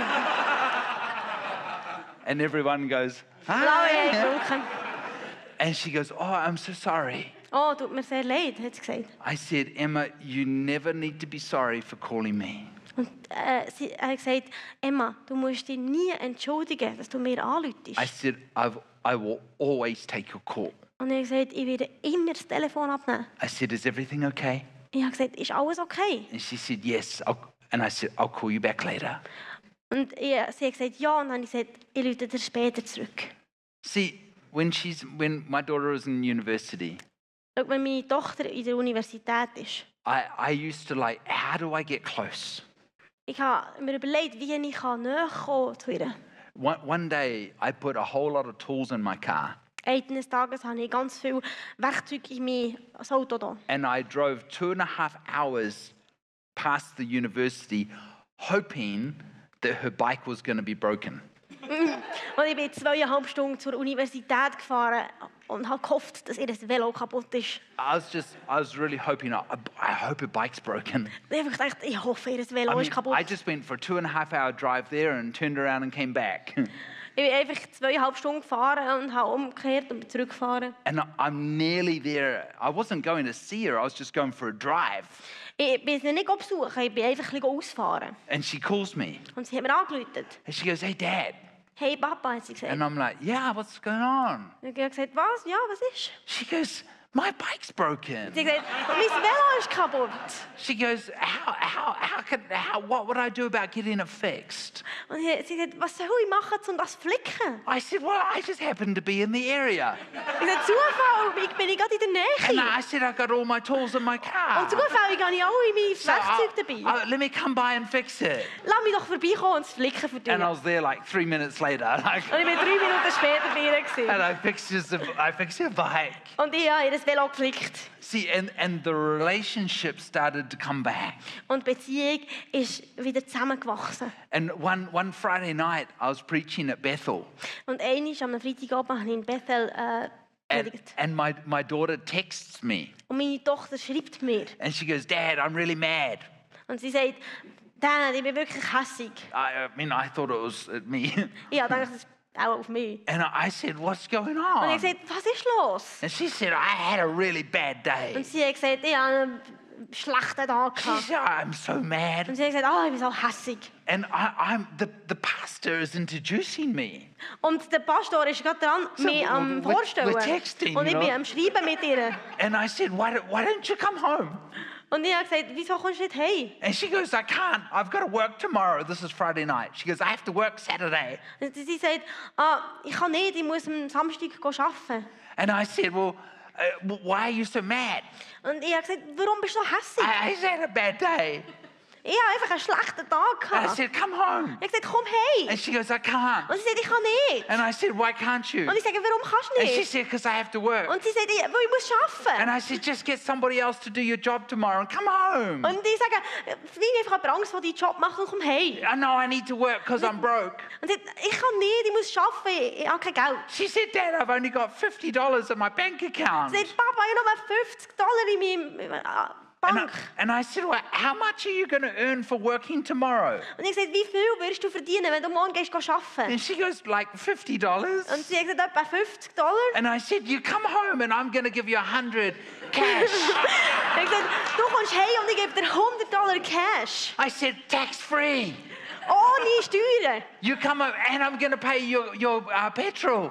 Speaker 1: And everyone goes,
Speaker 2: blaue
Speaker 1: Hi.
Speaker 2: Eindrücken.
Speaker 1: And she goes, Oh, I'm so sorry.
Speaker 2: Oh, tut mir sehr leid, hat sie gesagt.
Speaker 1: I said, Emma, you never need to be sorry for calling me.
Speaker 2: Und äh, sie er hat gesagt, Emma, du musst dich nie entschuldigen, dass du mir anläutest.
Speaker 1: I said, I've, I will always take your call.
Speaker 2: Und er hat gesagt, ich werde immer das Telefon abnehmen.
Speaker 1: I said, Is everything okay?
Speaker 2: Ich habe gesagt, ist alles okay?
Speaker 1: And she said, Yes. I'll, and I said, I'll call you back later.
Speaker 2: Und ich, sie hat gesagt, ja. Und dann habe ich gesagt, ich rufe dir später zurück.
Speaker 1: See, when she's when my daughter was in university,
Speaker 2: Schau, wenn meine Tochter in der Universität ist,
Speaker 1: I, I used to like, how do I get close?
Speaker 2: ich habe mir überlegt, wie ich näher kommen zu ihr.
Speaker 1: One, one day I put a whole lot of tools in my car
Speaker 2: Eines Tages habe ich ganz viel Werkzeug in mein Auto. Da.
Speaker 1: and I drove two and a half hours past the university hoping that her bike was gonna be broken.
Speaker 2: Und ich bin zweieinhalb Stunden zur Universität gefahren und habe gehofft, dass ihr Velo kaputt ist.
Speaker 1: I was just I was really hoping I, I hope her bike's broken.
Speaker 2: Ich habe gedacht, ich hoffe, ihr Velo
Speaker 1: I, mean,
Speaker 2: ist kaputt.
Speaker 1: I just went for a two and a half hour drive there and turned around and came back.
Speaker 2: Ich bin einfach zweieinhalb Stunden gefahren und habe umgekehrt und bin zurückgefahren.
Speaker 1: and I- I'm nearly there. I wasn't going to see her, I was just going for a drive.
Speaker 2: Ich bin sie nicht besuchen, ich bin einfach ein bisschen ausfahren.
Speaker 1: And she calls me
Speaker 2: Und sie hat mir angerufen.
Speaker 1: and she goes, Hey, Dad.
Speaker 2: Hey Papa, hat sie gesagt.
Speaker 1: And I'm like, Yeah, what's going on?
Speaker 2: Und ich habe gesagt, was? Ja, was ist?
Speaker 1: She goes, My bike's
Speaker 2: Sie
Speaker 1: broken.
Speaker 2: hat gesagt, mein Velo ist kaputt.
Speaker 1: She goes, How, how, how could, how, what would I do about getting it fixed?
Speaker 2: Und sie hat sie gesagt, was soll ich machen, um das zu flicken?
Speaker 1: I said, Well, I just happened to be in the area.
Speaker 2: Ich habe gesagt, Zufall, ich bin gerade in der
Speaker 1: And
Speaker 2: Nähe.
Speaker 1: I said, I got all my tools in my car.
Speaker 2: Und zufällig habe ich alle meine
Speaker 1: So ah. I-
Speaker 2: Werkzeuge dabei.
Speaker 1: I- let me come by and fix it.
Speaker 2: Lass mich doch vorbeikommen und das Flicken
Speaker 1: And I
Speaker 2: verdienen.
Speaker 1: was there like three minutes later. Like,
Speaker 2: Und ich bin drei Minuten später bei ihr.
Speaker 1: and
Speaker 2: gewesen.
Speaker 1: I fixed, his, I fixed her bike.
Speaker 2: Und ich habe ihr Velo geflickt.
Speaker 1: See, and, and the relationship started to come back.
Speaker 2: Und die Beziehung ist wieder zusammengewachsen.
Speaker 1: And one, one Friday night, I was preaching at Bethel.
Speaker 2: Und einmal am Freitagabend habe ich in Bethel äh,
Speaker 1: And,
Speaker 2: predigt.
Speaker 1: and my, my daughter texts me
Speaker 2: Und meine Tochter schreibt mir.
Speaker 1: and she goes, Dad, I'm really mad.
Speaker 2: Und sie sagt, Dad, ich bin wirklich hässig.
Speaker 1: I, I mean, I thought it was at me.
Speaker 2: Ich habe gedacht, das ist auch auf mich.
Speaker 1: And I I said, What's going
Speaker 2: Und ich
Speaker 1: on?
Speaker 2: sagte, was ist los?
Speaker 1: And she said, I had a really bad
Speaker 2: Und
Speaker 1: day.
Speaker 2: sie hat gesagt, ich habe einen schlechten Tag
Speaker 1: She
Speaker 2: gehabt.
Speaker 1: said, I'm so
Speaker 2: Und
Speaker 1: mad.
Speaker 2: sie hat gesagt, ah, ich bin so hässig.
Speaker 1: And I, I'm the, the pastor is introducing me.
Speaker 2: Und der Pastor ist gerade dran,
Speaker 1: So,
Speaker 2: mich am
Speaker 1: we're- we're
Speaker 2: Vorstellen.
Speaker 1: texting,
Speaker 2: Und ich
Speaker 1: you
Speaker 2: bin
Speaker 1: know?
Speaker 2: am Schreiben mit ihr.
Speaker 1: And I said, why, don't- why don't you come home?
Speaker 2: Und ich habe gesagt, wieso kommst du nicht heim?
Speaker 1: And she goes, I can't. I've got to work tomorrow. This is Friday night. She goes, I have to work Saturday.
Speaker 2: Und sie sagt, ah, ich kann nicht, ich muss am Samstag go arbeiten.
Speaker 1: And I said, Well, uh, w- why are you so mad?
Speaker 2: Und ich habe gesagt, warum bist du so hässig?
Speaker 1: I, I just had a bad day.
Speaker 2: Ich habe einfach einen schlechten
Speaker 1: And I
Speaker 2: Tag gehabt. Ich
Speaker 1: said, Come home.
Speaker 2: habe gesagt, komm heim.
Speaker 1: And she goes, I can't.
Speaker 2: Und sie sagt, ich kann nicht.
Speaker 1: And I said, Why can't you?
Speaker 2: Und ich sage, warum kannst du
Speaker 1: And she
Speaker 2: nicht?
Speaker 1: said, Because I have to work.
Speaker 2: Und sie sagt, ich, weil ich muss
Speaker 1: And
Speaker 2: arbeiten.
Speaker 1: I said, Just get somebody else to do your job tomorrow and come home.
Speaker 2: Und ich sage, nimm einfach jemand Angst, der deinen Job macht und komm heim.
Speaker 1: I know I need to work because I'm broke.
Speaker 2: Und sie sagt, ich kann nicht, ich muss arbeiten, ich, ich habe kein Geld.
Speaker 1: She said, Dad, I've only got $50 in my bank account.
Speaker 2: Sie sagt, Papa, ich habe nur 50 Dollar in meinem in meiner
Speaker 1: And I,
Speaker 2: Bank.
Speaker 1: and I said, Well, how much are you going to earn for working tomorrow?
Speaker 2: Und ich sagte, wie viel wirst du verdienen, wenn du morgen gehst go arbeiten?
Speaker 1: And she goes, Like
Speaker 2: Und
Speaker 1: $50.
Speaker 2: sie hat gesagt, etwa 50 Dollar.
Speaker 1: And I said, You come home and I'm going to give you 100 cash.
Speaker 2: Ich habe gesagt, du kommst heim und ich gebe dir 100 Dollar Cash.
Speaker 1: I said, Tax free.
Speaker 2: Ohne Steuern.
Speaker 1: You come home and I'm going to pay your, your uh, petrol.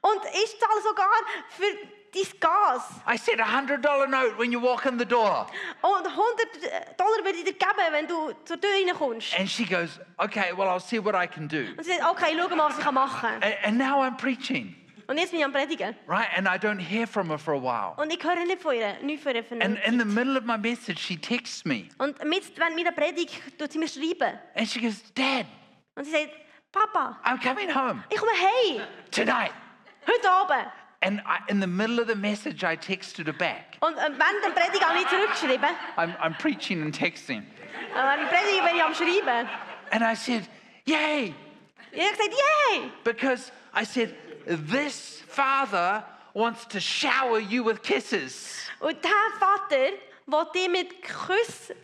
Speaker 2: Und ich zahle sogar für dein Gas.
Speaker 1: I said, a $100 note when you walk in the door.
Speaker 2: Und 100 Dollar würde ich dir geben, wenn du zur Tür reinkommst.
Speaker 1: And she goes, Okay, well, I'll see what I can do.
Speaker 2: Und sie sagt, okay, schau mal, was ich machen kann.
Speaker 1: And, and now I'm preaching,
Speaker 2: Und jetzt bin ich am Predigen.
Speaker 1: right? And I don't hear from her for a while.
Speaker 2: Und ich höre nicht von ihr, nichts von ihr. Von
Speaker 1: And
Speaker 2: ihr.
Speaker 1: in the middle of my message, she texts me
Speaker 2: Und mit, während meiner Predigt tut sie mir schreiben.
Speaker 1: and she goes, Dad,
Speaker 2: Und sie sagt, Papa,
Speaker 1: I'm coming home
Speaker 2: ich komme heim.
Speaker 1: tonight.
Speaker 2: Heute Abend.
Speaker 1: And I, in the middle of the message, I texted her back.
Speaker 2: Und äh, während der Predigt habe ich zurückgeschrieben.
Speaker 1: I'm, I'm preaching and texting.
Speaker 2: Äh, Während der Predigt bin ich am Schreiben.
Speaker 1: And I said, Yay,
Speaker 2: Ich habe gesagt, yay!
Speaker 1: Because I said, This father wants to shower you with kisses.
Speaker 2: Und der Vater will dich mit Küssen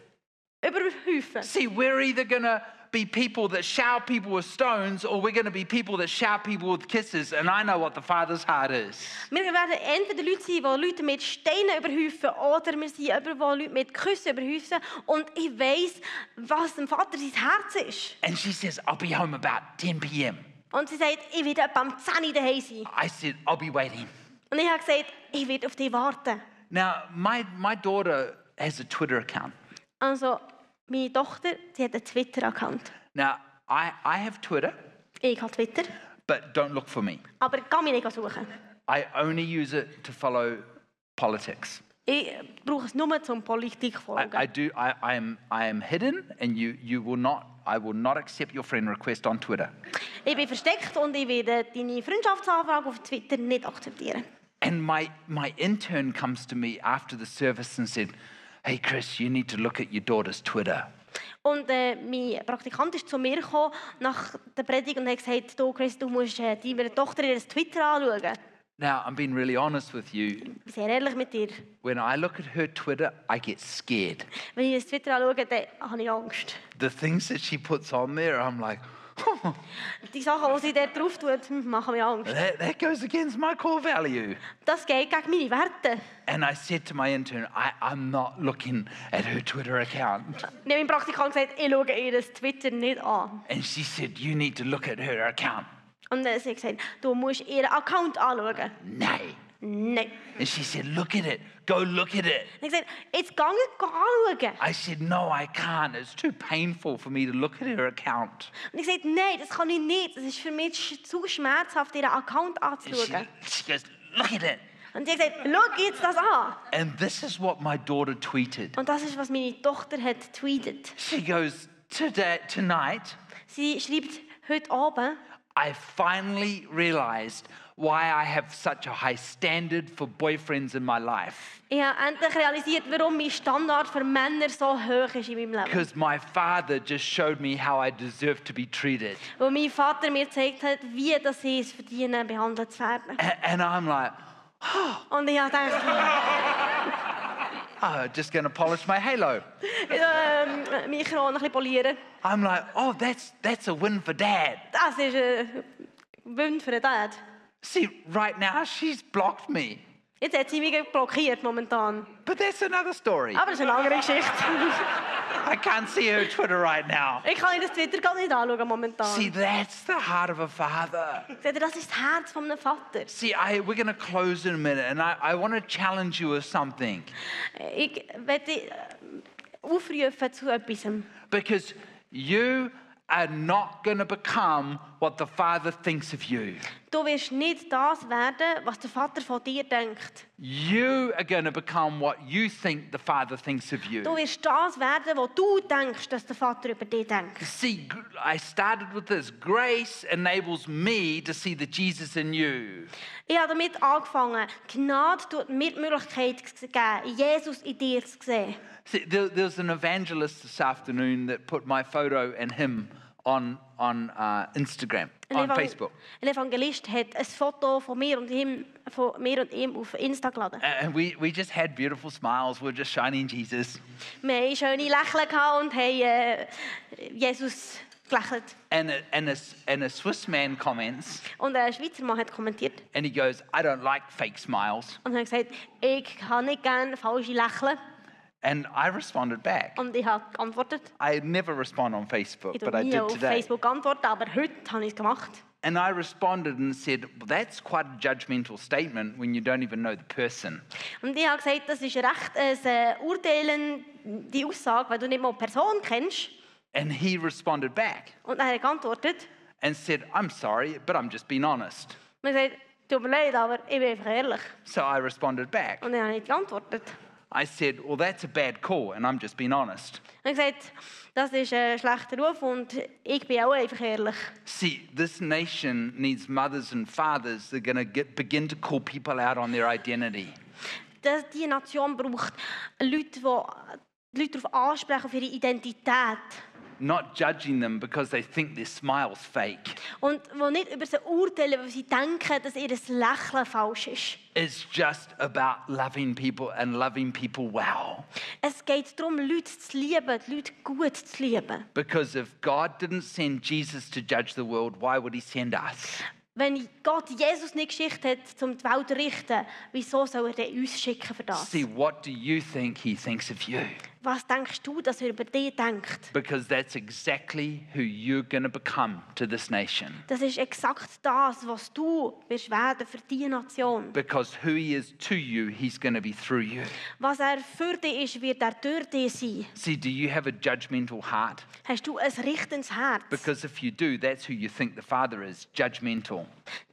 Speaker 2: überhäufen.
Speaker 1: See, we're either going to be people that shower people with stones or we're going to be people that shower people with kisses. And I know what the father's heart is.
Speaker 2: Wir werden entweder Leute sein, die Leute mit Steinen überhäufen, oder wir sind jemand, der Leute mit Küssen überhäufen. Und ich weiss, was dem Vater sein Herz ist.
Speaker 1: And she says, I'll be home about 10 p.m.
Speaker 2: Und sie sagt, ich werde etwa am 10 Uhr daheim sein.
Speaker 1: I said, I'll be waiting.
Speaker 2: Und ich habe gesagt, ich werde auf dich warten.
Speaker 1: Now, my, my daughter has a Twitter account.
Speaker 2: Also, meine Tochter, sie hat einen Twitter-Account.
Speaker 1: Now, I, I have Twitter,
Speaker 2: Ich habe Twitter,
Speaker 1: but don't look for me.
Speaker 2: aber ich kann mich nicht suchen.
Speaker 1: I only use it to follow politics.
Speaker 2: Ich brauche es nur zum Politik zu
Speaker 1: I,
Speaker 2: folgen.
Speaker 1: I do. I, I am. I am hidden, and you. You will not. I will not accept your friend request on Twitter.
Speaker 2: ich bin versteckt und ich werde deine Freundschaftsanfrage auf Twitter nicht akzeptieren.
Speaker 1: And my my intern comes to me after the service and said, "Hey Chris, you need to look at your daughter's Twitter."
Speaker 2: Und äh, mein Praktikant ist zu mir gekommen nach der Predigt und hat gesagt, du Chris, du musst äh, deiner Tochter ihr Twitter anschauen.
Speaker 1: Now I'm being really honest with you.
Speaker 2: Ich bin sehr ehrlich mit dir.
Speaker 1: When I look at her Twitter, I get scared.
Speaker 2: Wenn ich ihr Twitter anschaue, dann habe ich Angst.
Speaker 1: The things that she puts on there, I'm like,
Speaker 2: Die Sachen, die sie dort drauf tut, hm, machen mir Angst.
Speaker 1: that, that goes against my core value.
Speaker 2: Das geht gegen meine Werte.
Speaker 1: And I said to my intern, I, I'm not looking at her Twitter account.
Speaker 2: Ich habe meinem Praktikant gesagt, ich schaue ihr Twitter nicht an.
Speaker 1: And she said, You need to look at her account.
Speaker 2: Und dann hat sie gesagt, du musst ihren Account anschauen.
Speaker 1: Nay.
Speaker 2: Nein.
Speaker 1: And she said, Look at it. Go look at it.
Speaker 2: Ich sagte, jetzt geh ich anschauen.
Speaker 1: I said, No, I can't. It's too painful for me to look at her account.
Speaker 2: Und ich sagte, nein, das kann ich nicht. Das ist für mich sch- zu schmerzhaft, ihren Account
Speaker 1: And she,
Speaker 2: anzuschauen.
Speaker 1: she goes, Look at it.
Speaker 2: Und sie sagte, schau jetzt das an.
Speaker 1: And this is what my daughter tweeted.
Speaker 2: Und das ist, was meine Tochter hat tweetet.
Speaker 1: She goes, Today, tonight,
Speaker 2: Sie schreibt heute Abend,
Speaker 1: I finally realized why I have such a high standard for boyfriends in my life.
Speaker 2: ich habe endlich realisiert, warum mein Standard für Männer so hoch ist in meinem Leben.
Speaker 1: Because my father just showed me how I deserve to be treated.
Speaker 2: Weil mein Vater mir gezeigt hat, wie das ich es verdiene, behandelt zu werden.
Speaker 1: A- and I'm like,
Speaker 2: Und ich habe gedacht,
Speaker 1: Oh, just going to polish my halo.
Speaker 2: ähm, äh, meine Krone ein bisschen polieren.
Speaker 1: I'm like, oh, that's that's a win for dad.
Speaker 2: Das ist ein Wunsch für den Dad.
Speaker 1: See, right now she's blocked me.
Speaker 2: Jetzt hat sie mich gerade blockiert momentan.
Speaker 1: But that's another story.
Speaker 2: Aber das ist eine andere Geschichte.
Speaker 1: I can't see her Twitter right now.
Speaker 2: Ich kann ihr das Twitter gar nicht anschauen momentan.
Speaker 1: See, that's the heart of a father.
Speaker 2: Seht ihr, das ist das Herz von einem Vater.
Speaker 1: See, I, we're going to close in a minute, and I, I want to challenge you with something
Speaker 2: Ich werde aufrufen zu etwas.
Speaker 1: because you are not going to become what the father thinks of you.
Speaker 2: Du wirst nicht das werden, was der Vater von dir denkt.
Speaker 1: You are going to become what you think the father thinks of you.
Speaker 2: Du wirst das werden, was du denkst, dass der Vater über dich denkt.
Speaker 1: See, gr- I started with this. Grace enables me to see the Jesus in you.
Speaker 2: Ich habe damit angefangen. Gnade tut mir die Möglichkeit zu geben, Jesus in dir zu sehen.
Speaker 1: See, there, there's an evangelist this afternoon that put my photo and him on, on uh, Instagram, on
Speaker 2: Evan-
Speaker 1: Facebook.
Speaker 2: ein Evangelist hat ein Foto von mir und ihm, von mir und ihm auf Insta geladen.
Speaker 1: And we, we just had beautiful smiles. We're just shining Jesus.
Speaker 2: Wir hatten schöne Lächeln gehabt und haben äh, Jesus gelächelt.
Speaker 1: And a, and, a, s- and a Swiss man comments
Speaker 2: Und ein Schweizer Mann hat kommentiert
Speaker 1: and he goes, I don't like fake smiles.
Speaker 2: und hat gesagt, ich kann nicht gerne falsche Lächeln.
Speaker 1: And I responded back.
Speaker 2: Und ich habe geantwortet.
Speaker 1: I never respond on Facebook,
Speaker 2: Ich
Speaker 1: but
Speaker 2: habe
Speaker 1: I
Speaker 2: nie
Speaker 1: did
Speaker 2: auf
Speaker 1: today.
Speaker 2: Facebook geantwortet, aber heute habe ich es gemacht.
Speaker 1: And I responded and said, well, That's quite a judgmental statement when you don't even know the person.
Speaker 2: Und ich habe gesagt, das ist recht ein äh, urteilende Aussage, weil du nicht mal die Person kennst.
Speaker 1: And he responded back
Speaker 2: Und er hat geantwortet.
Speaker 1: and said, I'm sorry, but I'm just being honest.
Speaker 2: Man sagt, tut mir leid, aber ich bin einfach ehrlich.
Speaker 1: So I responded back.
Speaker 2: Und ich habe nicht geantwortet.
Speaker 1: I said, Well, that's a bad call, and I'm just being honest.
Speaker 2: Er hat gesagt, das ist ein schlechter Ruf und ich bin auch einfach ehrlich.
Speaker 1: See, this nation needs mothers and fathers that are going to get, begin to call people out on their identity.
Speaker 2: Dass diese Nation braucht Leute, die die Leute darauf ansprechen, auf ihre Identität.
Speaker 1: Not judging them because they think their smile's fake.
Speaker 2: Und die nicht über sie urteilen, weil sie denken, dass ihr Lächeln falsch ist.
Speaker 1: It's just about loving people and loving people well.
Speaker 2: Es geht darum, Leute zu lieben, die Leute gut zu lieben.
Speaker 1: Because if God didn't send Jesus to judge the world, why would he send us?
Speaker 2: Wenn Gott Jesus nicht geschickt hat, um die Welt zu richten, wieso soll er denn uns schicken für das?
Speaker 1: See, what do you think he thinks of you?
Speaker 2: Was denkst du, dass er über dich denkt?
Speaker 1: Because that's exactly who you're going to become to this nation.
Speaker 2: Das ist exakt das, was du wirst werden für diese Nation.
Speaker 1: Because who he is to you, he's going to be through you.
Speaker 2: Was er für dich ist, wird er durch dich sein.
Speaker 1: See, do you have a judgmental heart?
Speaker 2: Hast du ein richtiges Herz?
Speaker 1: Because if you do, that's who you think the Father is judgmental.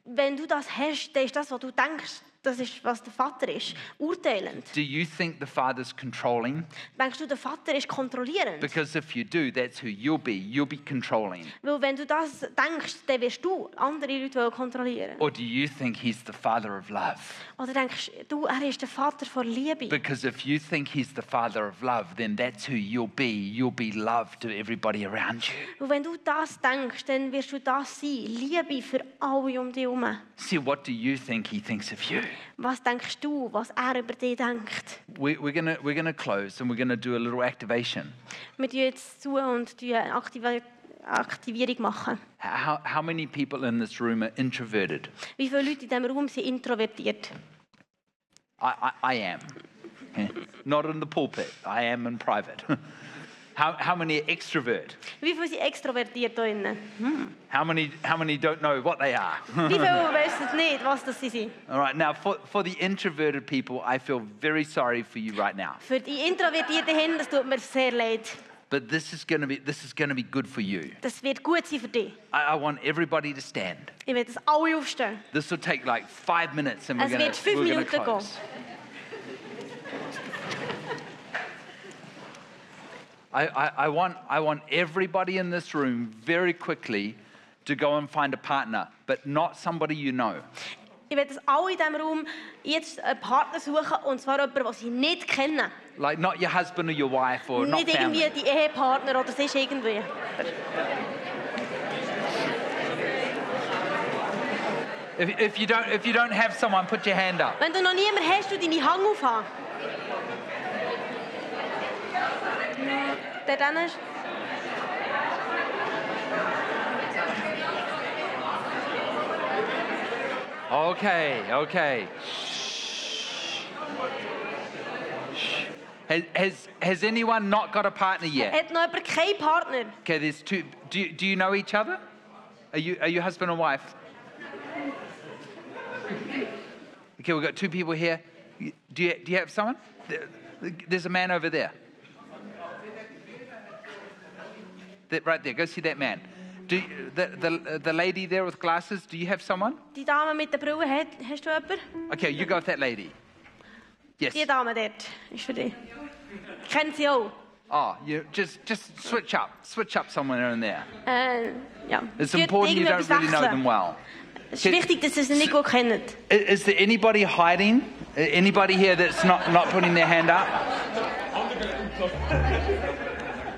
Speaker 2: Wenn du das hast, dann ist das, was du denkst, das ist, was der Vater ist. Urteilend.
Speaker 1: Do you think the Father's controlling?
Speaker 2: Denkst du, der Vater ist kontrollierend?
Speaker 1: Because if you do, that's who you'll be. You'll be controlling.
Speaker 2: Weil wenn du das denkst, dann wirst du andere Leute wollen kontrollieren.
Speaker 1: Or do you think he's the Father of love?
Speaker 2: Oder denkst du, er ist der Vater von Liebe?
Speaker 1: Because if you think he's the father of love, then that's who you'll be. You'll be love to everybody around you.
Speaker 2: Und wenn du das denkst, dann wirst du das sein. Liebe für alle um dich herum.
Speaker 1: See, what do you think he thinks of you?
Speaker 2: Was denkst du, was er über dich denkt?
Speaker 1: We, we're going we're gonna close and we're going to do a little activation.
Speaker 2: Wir tun jetzt zu und tun eine Aktiv- Aktivierung machen.
Speaker 1: How, how many people in this room are introverted?
Speaker 2: Wie viele Leute in diesem Raum sind introvertiert?
Speaker 1: I, I, I am. Yeah. Not in the pulpit, I am in private. how, how many are extrovert?
Speaker 2: Wie viele sind extrovertiert hier drinnen?
Speaker 1: How many, how many don't know what they are?
Speaker 2: Wie viele wissen nicht, was das sie sind?
Speaker 1: All right, now for, for the introverted people, I feel very sorry for you right now.
Speaker 2: Für die Introvertierten hin, das tut mir sehr leid.
Speaker 1: But this is going to be this is going to be good for you.
Speaker 2: Das wird gut sein für dich.
Speaker 1: I, I want everybody to stand.
Speaker 2: Ich will, dass alle aufstehen.
Speaker 1: This will take like five minutes, and we're
Speaker 2: Also
Speaker 1: going
Speaker 2: wird fünf
Speaker 1: to
Speaker 2: Minuten
Speaker 1: close. I, I, I, want, I want everybody in this room very quickly to go and find a partner, but not somebody you know.
Speaker 2: Ich will, dass alle in diesem Raum jetzt einen Partner suchen, und zwar jemanden, den sie nicht kennen.
Speaker 1: Like not your husband or your wife or Oh, not
Speaker 2: nicht
Speaker 1: family.
Speaker 2: irgendwie die Ehepartner oder sonst irgendwie.
Speaker 1: If, if, you don't, if you don't have someone, put your hand up.
Speaker 2: Wenn du noch niemanden hast, du deine Hang aufhaben. Der dann ist...
Speaker 1: Okay, okay. Shh. Has, has, has anyone not got a partner yet?
Speaker 2: Hat noch jemand keinen Partner?
Speaker 1: Okay, there's two. Do you, do you know each other? Are you, are you husband and wife? Okay, we've got two people here. Do you, do you have someone? There- There's a man over there. That, right there, go see that man. Do you, the, the, the lady there with glasses, do you have someone?
Speaker 2: Die Dame mit der Brille, hat, hast du jemanden?
Speaker 1: Okay, you go with that lady. Yes.
Speaker 2: Die Dame dort ist für dich. Kennen sie auch?
Speaker 1: Oh, you just just switch up, switch up somewhere in there.
Speaker 2: Äh, ja.
Speaker 1: It's
Speaker 2: Tut
Speaker 1: important you don't
Speaker 2: irgendetwas
Speaker 1: really know
Speaker 2: wechseln.
Speaker 1: them well.
Speaker 2: Es ist wichtig, dass ihr sie nicht gut kennt.
Speaker 1: I- Is there anybody hiding? I- Anybody here that's not, not putting their hand up?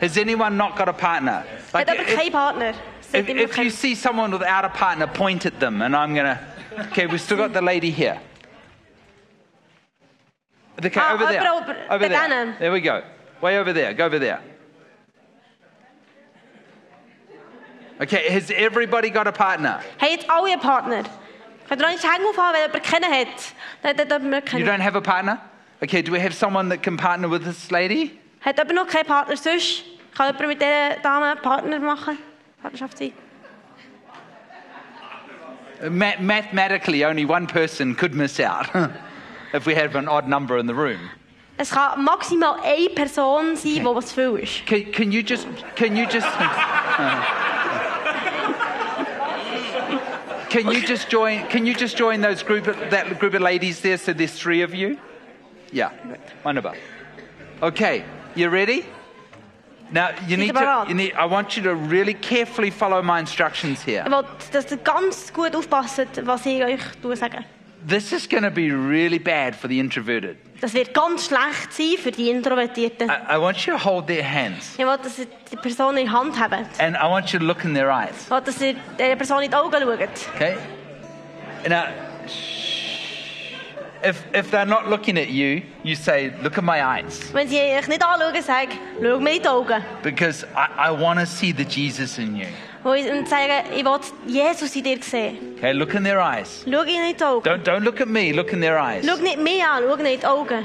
Speaker 1: Has anyone not got a partner? Like,
Speaker 2: Hat aber keinen
Speaker 1: if,
Speaker 2: Partner.
Speaker 1: if,
Speaker 2: Sollte
Speaker 1: if you
Speaker 2: man-
Speaker 1: see someone without a partner, point at them, and I'm gonna. Okay, we've still got the lady here. Okay,
Speaker 2: Ah,
Speaker 1: over there.
Speaker 2: over- over-
Speaker 1: over
Speaker 2: the
Speaker 1: there.
Speaker 2: Danem.
Speaker 1: There we go. Way over there. Go over there. Okay, has everybody got a partner?
Speaker 2: Haben jetzt alle einen Partner? Könnt ihr auch nicht hängen aufhaben, wenn jemand keinen hat? Dann dann dürfen wir
Speaker 1: You
Speaker 2: kennen.
Speaker 1: don't have a partner? Okay, do we have someone that can partner with this lady?
Speaker 2: Hat jemand noch keinen Partner sonst? Kann jemand mit dieser Dame einen Partner machen? Partnerschaft sein?
Speaker 1: Uh, Ma- mathematically, only one person could miss out if we have an odd number in the room.
Speaker 2: Es kann maximal eine Person sein, die was zu viel ist.
Speaker 1: Can, can you just? Can you just? can you just join? Can you just join those group of, that group of ladies there? So there's three of you. Yeah, one of us. Okay, you ready? Now you need to. You need, I want you to really carefully follow my instructions here.
Speaker 2: Ich will, dass ihr ganz gut aufpasst, was ich euch sage.
Speaker 1: This is going to be really bad for the introverted.
Speaker 2: Das wird ganz schlecht sein für die Introvertierten.
Speaker 1: I, I want you to hold their hands
Speaker 2: Ich will, dass ihr die Person in die Hand habt.
Speaker 1: and I want you to look in their eyes.
Speaker 2: Ich will, dass ihr der Person in die Augen schaut.
Speaker 1: Okay? Now, if, if they're not looking at you, you say, Look at my eyes,
Speaker 2: Wenn sie euch nicht anschauen, sag, schau mir in die Augen.
Speaker 1: because I, I want to see the Jesus in you.
Speaker 2: Und sagen, ich will Jesus in dir sehen.
Speaker 1: Okay? Look in their eyes.
Speaker 2: Schau ihnen in die Augen.
Speaker 1: Don't, don't look at me, look in their eyes.
Speaker 2: Schau nicht mich an, schau ihnen in die Augen.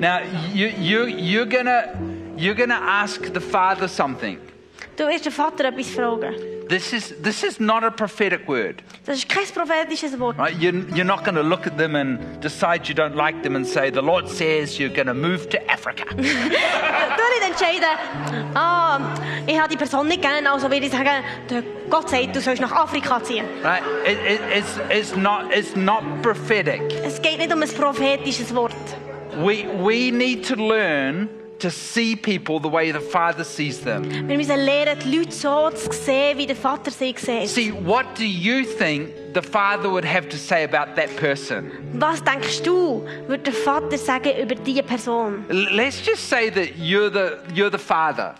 Speaker 1: Now, you, you, you're going to you're gonna ask the Father something.
Speaker 2: Du wirst den Vater etwas fragen.
Speaker 1: This is, this is not a prophetic word.
Speaker 2: Das ist kein prophetisches Wort.
Speaker 1: Right? You're, you're not going to look at them and decide you don't like them and say, the Lord says you're going to move to Africa.
Speaker 2: Du nicht entscheiden, ah, ich habe die Person nicht gerne, also würde ich sagen, der Gott sagt, du sollst nach Afrika ziehen.
Speaker 1: right? It, it, it's, it's, not, it's not prophetic.
Speaker 2: Es geht nicht um ein prophetisches Wort.
Speaker 1: We, we need to learn to see people the way the Father sees them.
Speaker 2: Wir müssen lernen, die Leute so zu sehen, wie der Vater sie sieht.
Speaker 1: See, what do you think the Father would have to say about that person?
Speaker 2: Was denkst du, würde der Vater sagen über diese Person?
Speaker 1: L- Let's just say that you're the, you're the Father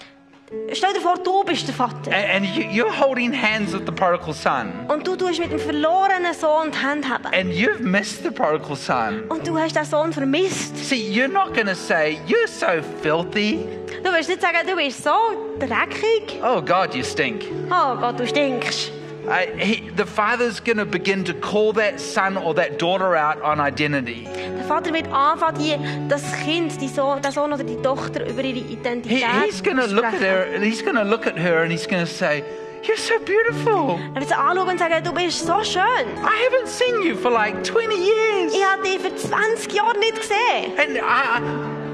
Speaker 2: Stell dir vor, du bist der Vater.
Speaker 1: and, and you, you're holding hands with the prodigal son.
Speaker 2: Und du tust mit dem verlorenen Sohn die Hände haben.
Speaker 1: And you've missed the prodigal son.
Speaker 2: Und du hast diesen Sohn vermisst.
Speaker 1: See, you're not going to say, You're so filthy.
Speaker 2: Du wirst nicht sagen, du bist so dreckig.
Speaker 1: Oh God, you stink.
Speaker 2: Oh Gott, du stinkst.
Speaker 1: I, he, the father's going to begin to call that son or that daughter out on identity.
Speaker 2: Der Vater wird anfangen, die, das Kind, die Sohn, den Sohn oder die Tochter über ihre
Speaker 1: He,
Speaker 2: Identität
Speaker 1: he's going to
Speaker 2: zu
Speaker 1: look at
Speaker 2: sprechen.
Speaker 1: her and he's going to look at her and he's going to say, "You're so beautiful.
Speaker 2: Er wird sie anschauen und sagen, du bist so schön.
Speaker 1: I haven't seen you for like 20 years,
Speaker 2: Ich habe dich für 20 Jahre nicht gesehen.
Speaker 1: and I,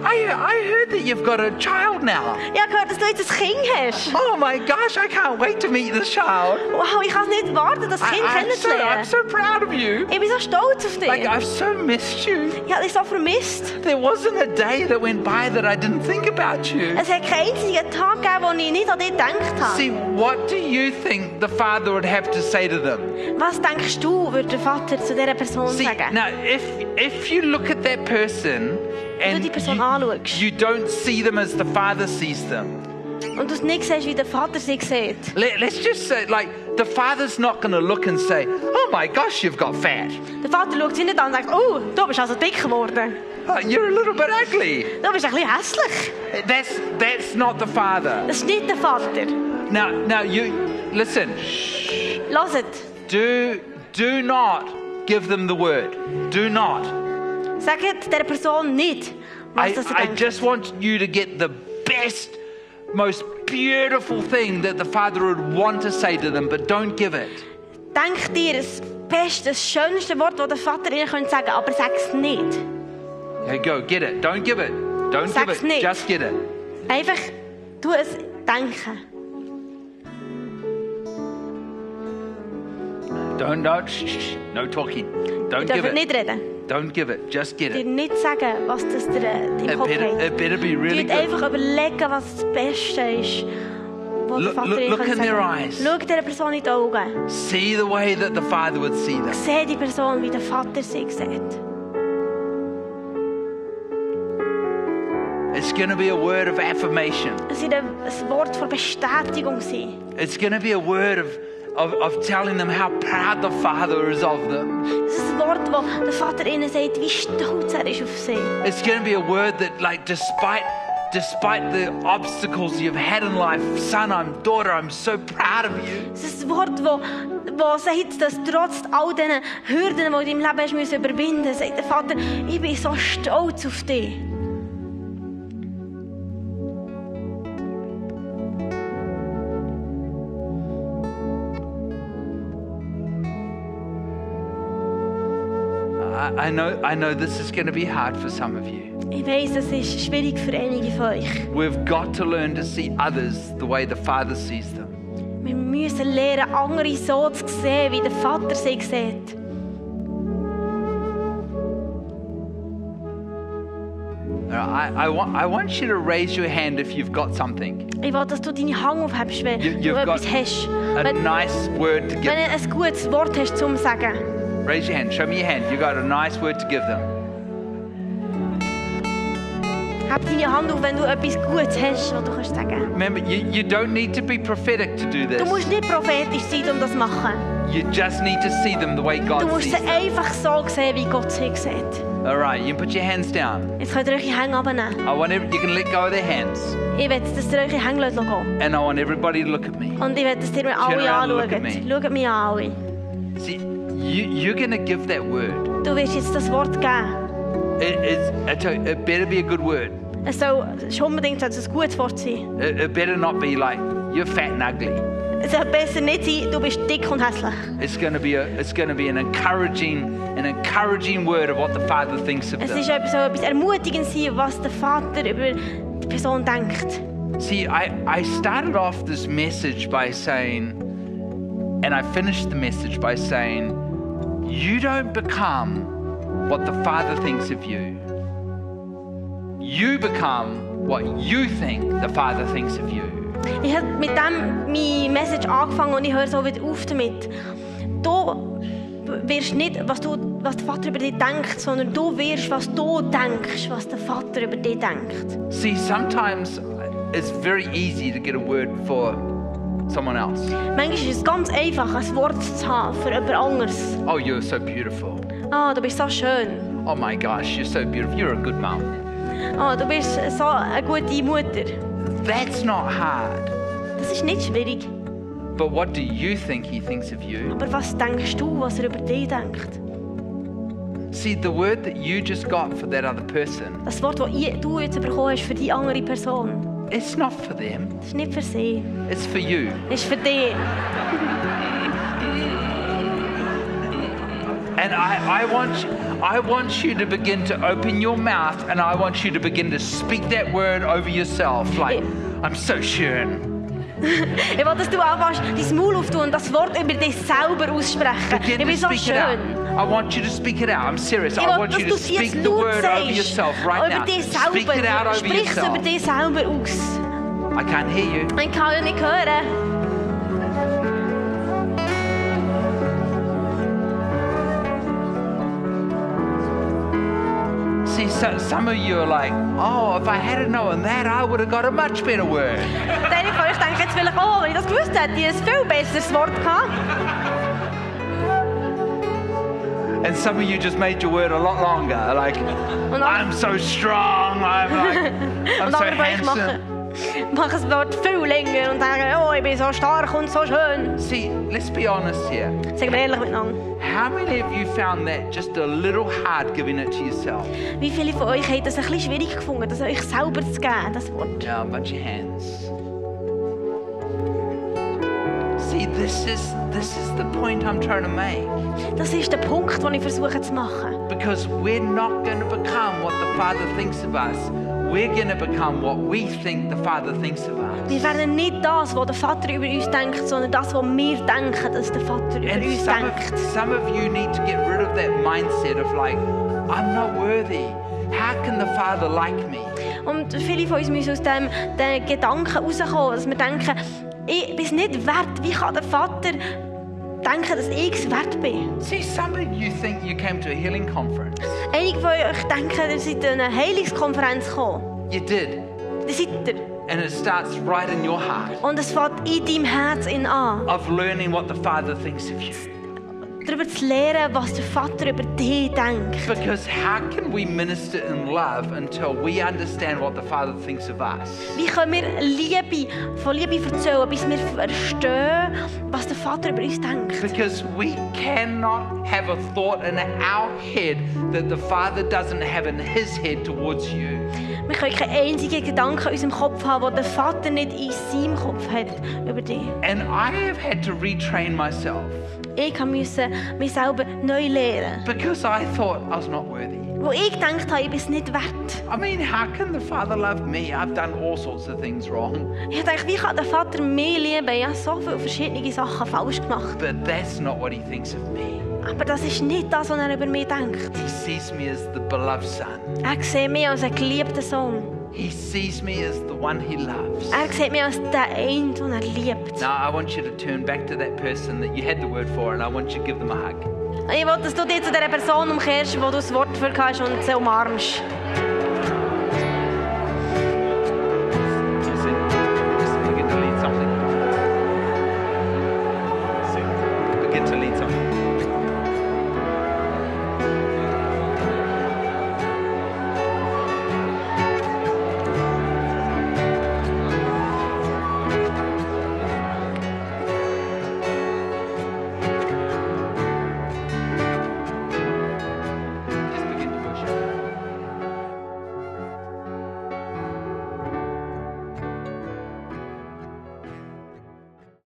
Speaker 1: I, I heard that you've got a child now.
Speaker 2: Ich habe gehört, dass du jetzt ein Kind hast.
Speaker 1: Oh my gosh, I can't wait to meet this child.
Speaker 2: Wow, ich kann es nicht warten, das
Speaker 1: I,
Speaker 2: Kind
Speaker 1: I'm, so, I'm
Speaker 2: kennenzulernen.
Speaker 1: so proud of you.
Speaker 2: Ich bin so stolz auf dich.
Speaker 1: Like I've so missed you.
Speaker 2: Ich habe dich so vermisst.
Speaker 1: There wasn't a day that went by that I didn't think about you."
Speaker 2: Es hat keinen einzigen Tag gegeben, wo ich nicht an dich gedacht habe.
Speaker 1: See, what do you think the father would have to say to them?
Speaker 2: Was denkst du, würde der Vater zu dieser Person
Speaker 1: See,
Speaker 2: sagen?
Speaker 1: now if if you look at that person and
Speaker 2: die Person
Speaker 1: you,
Speaker 2: anschaust.
Speaker 1: you don't see them as the father sees them,
Speaker 2: Und du es nicht siehst, wie der Vater sie sieht.
Speaker 1: Let, let's just say like the father's not going to look and say, "Oh my gosh, you've got fat.
Speaker 2: Der Vater schaut sie nicht an und sagt, oh, du bist also dick geworden.
Speaker 1: Oh, you're a little bit ugly."
Speaker 2: Du bist ein bisschen hässlich.
Speaker 1: That's that's not the father.
Speaker 2: Das ist nicht der Vater.
Speaker 1: Now now you listen.
Speaker 2: Hört,
Speaker 1: Do do not give them the word. Do not.
Speaker 2: sagt dieser Person nicht,
Speaker 1: I,
Speaker 2: was das er
Speaker 1: I
Speaker 2: denkt.
Speaker 1: just want you to get the best, most beautiful thing that the Father would want to say to them, but don't give it.
Speaker 2: Denk dir das beste, das schönste Wort, das der Vater ihr könnte sagen, aber sag es nicht.
Speaker 1: Hey, go, get it. Don't give it. Don't
Speaker 2: Sag's
Speaker 1: give it.
Speaker 2: nicht.
Speaker 1: Just get it.
Speaker 2: Einfach tu es denken.
Speaker 1: Don't, no, shh, shh, shh. no talking. Don't
Speaker 2: Ihr
Speaker 1: give
Speaker 2: dürft
Speaker 1: it.
Speaker 2: nicht reden.
Speaker 1: Don't give it. Just get
Speaker 2: Dir
Speaker 1: it.
Speaker 2: nicht sagen, was das dir äh, im
Speaker 1: It
Speaker 2: Kopf
Speaker 1: better,
Speaker 2: hat.
Speaker 1: it better be really
Speaker 2: Tut
Speaker 1: good.
Speaker 2: einfach überlegen, was das Beste ist. Wo der
Speaker 1: Look-
Speaker 2: Vater
Speaker 1: look-
Speaker 2: ihr
Speaker 1: look
Speaker 2: könnte
Speaker 1: in
Speaker 2: sagen.
Speaker 1: their eyes.
Speaker 2: Schau dieser Person in die Augen.
Speaker 1: See the way that the Father would see them.
Speaker 2: Seh die Person, wie der Vater sie sieht.
Speaker 1: It's going to be a word of affirmation.
Speaker 2: Es wird ein ein Wort von Bestätigung sein.
Speaker 1: It's going to be a word of, of, of telling them how proud the Father is of them.
Speaker 2: Es ist ein Wort, wo der Vater ihnen sagt, wie stolz er ist auf sie.
Speaker 1: It's going to be a word that, like, despite despite the obstacles you've had in life, son, I'm daughter, I'm so proud of you.
Speaker 2: Es ist ein Wort, wo, wo sagt, dass trotz all diesen Hürden, die du im Leben hast müssen überwinden musst, sagt der Vater, ich bin so stolz auf dich.
Speaker 1: I, I know I know this is going to be hard for some of you.
Speaker 2: Ich weiss, das ist schwierig für einige von euch.
Speaker 1: We've got to learn to see others the way the Father sees them.
Speaker 2: Wir müssen lernen, andere so zu sehen, wie der Vater sie sieht.
Speaker 1: All right, I, I, want, I want you to raise your hand if you've got something,
Speaker 2: Ich will, dass du deine Hand aufhebst, wenn
Speaker 1: You-
Speaker 2: du
Speaker 1: you've got
Speaker 2: etwas hast.
Speaker 1: a
Speaker 2: Wenn,
Speaker 1: nice word to give.
Speaker 2: wenn du ein gutes Wort hast, zum zu sagen.
Speaker 1: Raise your hand. Show me your hand. You got a nice word to give them.
Speaker 2: Heb deine Hand auf, wenn du etwas Gutes hast, was du kannst sagen
Speaker 1: Remember, you, you don't need to be prophetic to do
Speaker 2: Du musst
Speaker 1: this.
Speaker 2: nicht prophetisch sein, um das zu machen.
Speaker 1: You just need to see them the way
Speaker 2: Du
Speaker 1: God
Speaker 2: musst
Speaker 1: sees
Speaker 2: sie
Speaker 1: them.
Speaker 2: einfach so sehen, wie Gott sie sieht.
Speaker 1: All right, you can put your hands down.
Speaker 2: Jetzt könnt ihr eure Hände runternehmen.
Speaker 1: I want every, you can let go of their hands,
Speaker 2: Ich will, dass ihr eure Hände gehen lasst.
Speaker 1: and I want everybody to look at me.
Speaker 2: Und ich will, dass ihr mir
Speaker 1: Turn
Speaker 2: alle
Speaker 1: around, look at
Speaker 2: anschaut.
Speaker 1: me.
Speaker 2: Schaut mich an alle.
Speaker 1: See, you, you're going to give that word.
Speaker 2: Du wirst jetzt das Wort geben.
Speaker 1: It, it's, it's a, it better be a good word.
Speaker 2: Es soll es ist unbedingt soll es ein gutes Wort sein.
Speaker 1: It, it better not be like you're fat and ugly.
Speaker 2: Es soll besser nicht sein, du bist dick und hässlich.
Speaker 1: It's going to be a, it's going to be an encouraging an encouraging word of what the Father thinks of
Speaker 2: Es ist
Speaker 1: them.
Speaker 2: etwas, soll etwas Ermutigendes sein, was der Vater über die Person denkt.
Speaker 1: See, I I started off this message by saying, and I finished the message by saying, you don't become what the Father thinks of you. You become what you think the Father thinks of you.
Speaker 2: Ich habe mit dem meine Message angefangen und ich höre so wieder auf damit. Du wirst nicht, was, du, was der Vater über dich denkt, sondern du wirst, was du denkst, was der Vater über dich denkt.
Speaker 1: See, sometimes it's very easy to get a word for someone else.
Speaker 2: Manchmal ist es ganz einfach, ein Wort zu haben für jemand anderes.
Speaker 1: Oh, you're so beautiful.
Speaker 2: Ah, du bist so schön.
Speaker 1: Oh my gosh, you're so beautiful. You're a good mom.
Speaker 2: Ah, du bist so eine gute Mutter.
Speaker 1: That's not hard.
Speaker 2: Das ist nicht schwierig.
Speaker 1: But what do you think he thinks of you?
Speaker 2: Aber was denkst du, was er über dich denkt?
Speaker 1: See, the word that you just got for that other person,
Speaker 2: Das Wort, das ich- du jetzt bekommen hast für die andere Person,
Speaker 1: it's not for them,
Speaker 2: das ist nicht für sie,
Speaker 1: it's for you.
Speaker 2: das ist für dich.
Speaker 1: And I, I, want, you, I want you to begin to open your mouth and I want you to begin to speak that word over yourself. Like, I'm so sure.
Speaker 2: Ich will, dass du anfängst, dein Maul aufzutun und das Wort über dich selber aussprechen. Ich
Speaker 1: Begin to
Speaker 2: bin so
Speaker 1: speak it out.
Speaker 2: schön.
Speaker 1: I want you to speak it out. I'm serious.
Speaker 2: Ich
Speaker 1: I
Speaker 2: will,
Speaker 1: want
Speaker 2: dass
Speaker 1: you
Speaker 2: du
Speaker 1: to
Speaker 2: es jetzt
Speaker 1: speak the
Speaker 2: laut
Speaker 1: word over
Speaker 2: sagst.
Speaker 1: yourself right
Speaker 2: über
Speaker 1: now.
Speaker 2: dich
Speaker 1: Speak it out
Speaker 2: selber.
Speaker 1: over
Speaker 2: Sprich es
Speaker 1: yourself.
Speaker 2: über dich selber aus.
Speaker 1: I can't hear you.
Speaker 2: Ich kann ja nicht hören.
Speaker 1: See, so, some of you are like, oh, if I had known that, I would have got a much better word.
Speaker 2: Einige von euch denken jetzt vielleicht, oh, wenn ich das gewusst hätte, hätte ich ein viel besseres Wort gehabt.
Speaker 1: And some of you just made your word a lot longer. Like,
Speaker 2: Und
Speaker 1: I'm
Speaker 2: andere,
Speaker 1: so strong. I'm like, I'm
Speaker 2: und
Speaker 1: so
Speaker 2: andere von euch machen,
Speaker 1: handsome.
Speaker 2: Mach das Wort viel länger und sagen, oh, ich bin so stark und so schön.
Speaker 1: See, let's be honest here.
Speaker 2: Sagen wir ehrlich miteinander.
Speaker 1: How many of you found that just a little hard giving it to yourself?
Speaker 2: Wie viele von euch haben das ein bisschen schwierig gefunden, das euch selber zu geben, das Wort?
Speaker 1: Now, a bunch of hands. See, this is this is the point I'm trying to make.
Speaker 2: Das ist der Punkt, den ich versuche zu machen.
Speaker 1: Because we're not going to become what the Father thinks of us. We're going to become what we think the Father thinks of us.
Speaker 2: Wir werden nicht das, was der Vater über uns denkt, sondern das, was wir denken, dass der Vater über
Speaker 1: And
Speaker 2: uns
Speaker 1: some
Speaker 2: denkt.
Speaker 1: of, some of you need to get rid of that mindset of like, I'm not worthy. How can the Father like me?
Speaker 2: Und viele von uns müssen aus dem den Gedanken rauskommen, dass wir denken, ich bin es nicht wert. Wie kann der Vater denken, dass ich es wert bin?
Speaker 1: See, some of you think you came to a healing conference.
Speaker 2: Einige von euch denken, ihr seid an eine Heilungskonferenz gekommen.
Speaker 1: You did.
Speaker 2: Das seid ihr.
Speaker 1: And it starts right in your heart
Speaker 2: Und es fängt in deinem Herz in an,
Speaker 1: of learning what the Father thinks of you.
Speaker 2: darüber zu lernen, was der Vater über dich denkt.
Speaker 1: Because how can we minister in love until we understand what the Father thinks of us?
Speaker 2: Wie können wir Liebe, von Liebe erzählen, bis wir verstehen, was der Vater über uns denkt?
Speaker 1: Because we cannot have a thought in our head that the Father doesn't have in his head towards you.
Speaker 2: Wir können keinen einzigen Gedanken in unserem Kopf haben, den der Vater nicht in seinem Kopf hat über dich.
Speaker 1: And I have had to retrain myself
Speaker 2: Ich musste mich selber neu lernen.
Speaker 1: because I thought I was not worthy.
Speaker 2: Wo ich gedacht habe, ich bin es nicht wert.
Speaker 1: I mean, how can the Father love me? I've done all sorts of things wrong,
Speaker 2: Ich dachte, wie kann der Vater mich lieben? Ich habe so viele verschiedene Sachen falsch gemacht.
Speaker 1: but that's not what he thinks of me.
Speaker 2: Aber das ist nicht das, was er über mich denkt.
Speaker 1: He sees me as the beloved Son,
Speaker 2: Er sieht mich als einen geliebten Sohn.
Speaker 1: he sees me as the one he loves.
Speaker 2: Er sieht mich als den einen, den er liebt.
Speaker 1: Now I want you to turn back to that person that you had the word for, and I want you to give them a hug.
Speaker 2: Ich will, dass du dich zu der Person umkehrst, wo du das Wort für hast und sie umarmst.
Speaker 1: Just begin to lead something. Begin to lead something.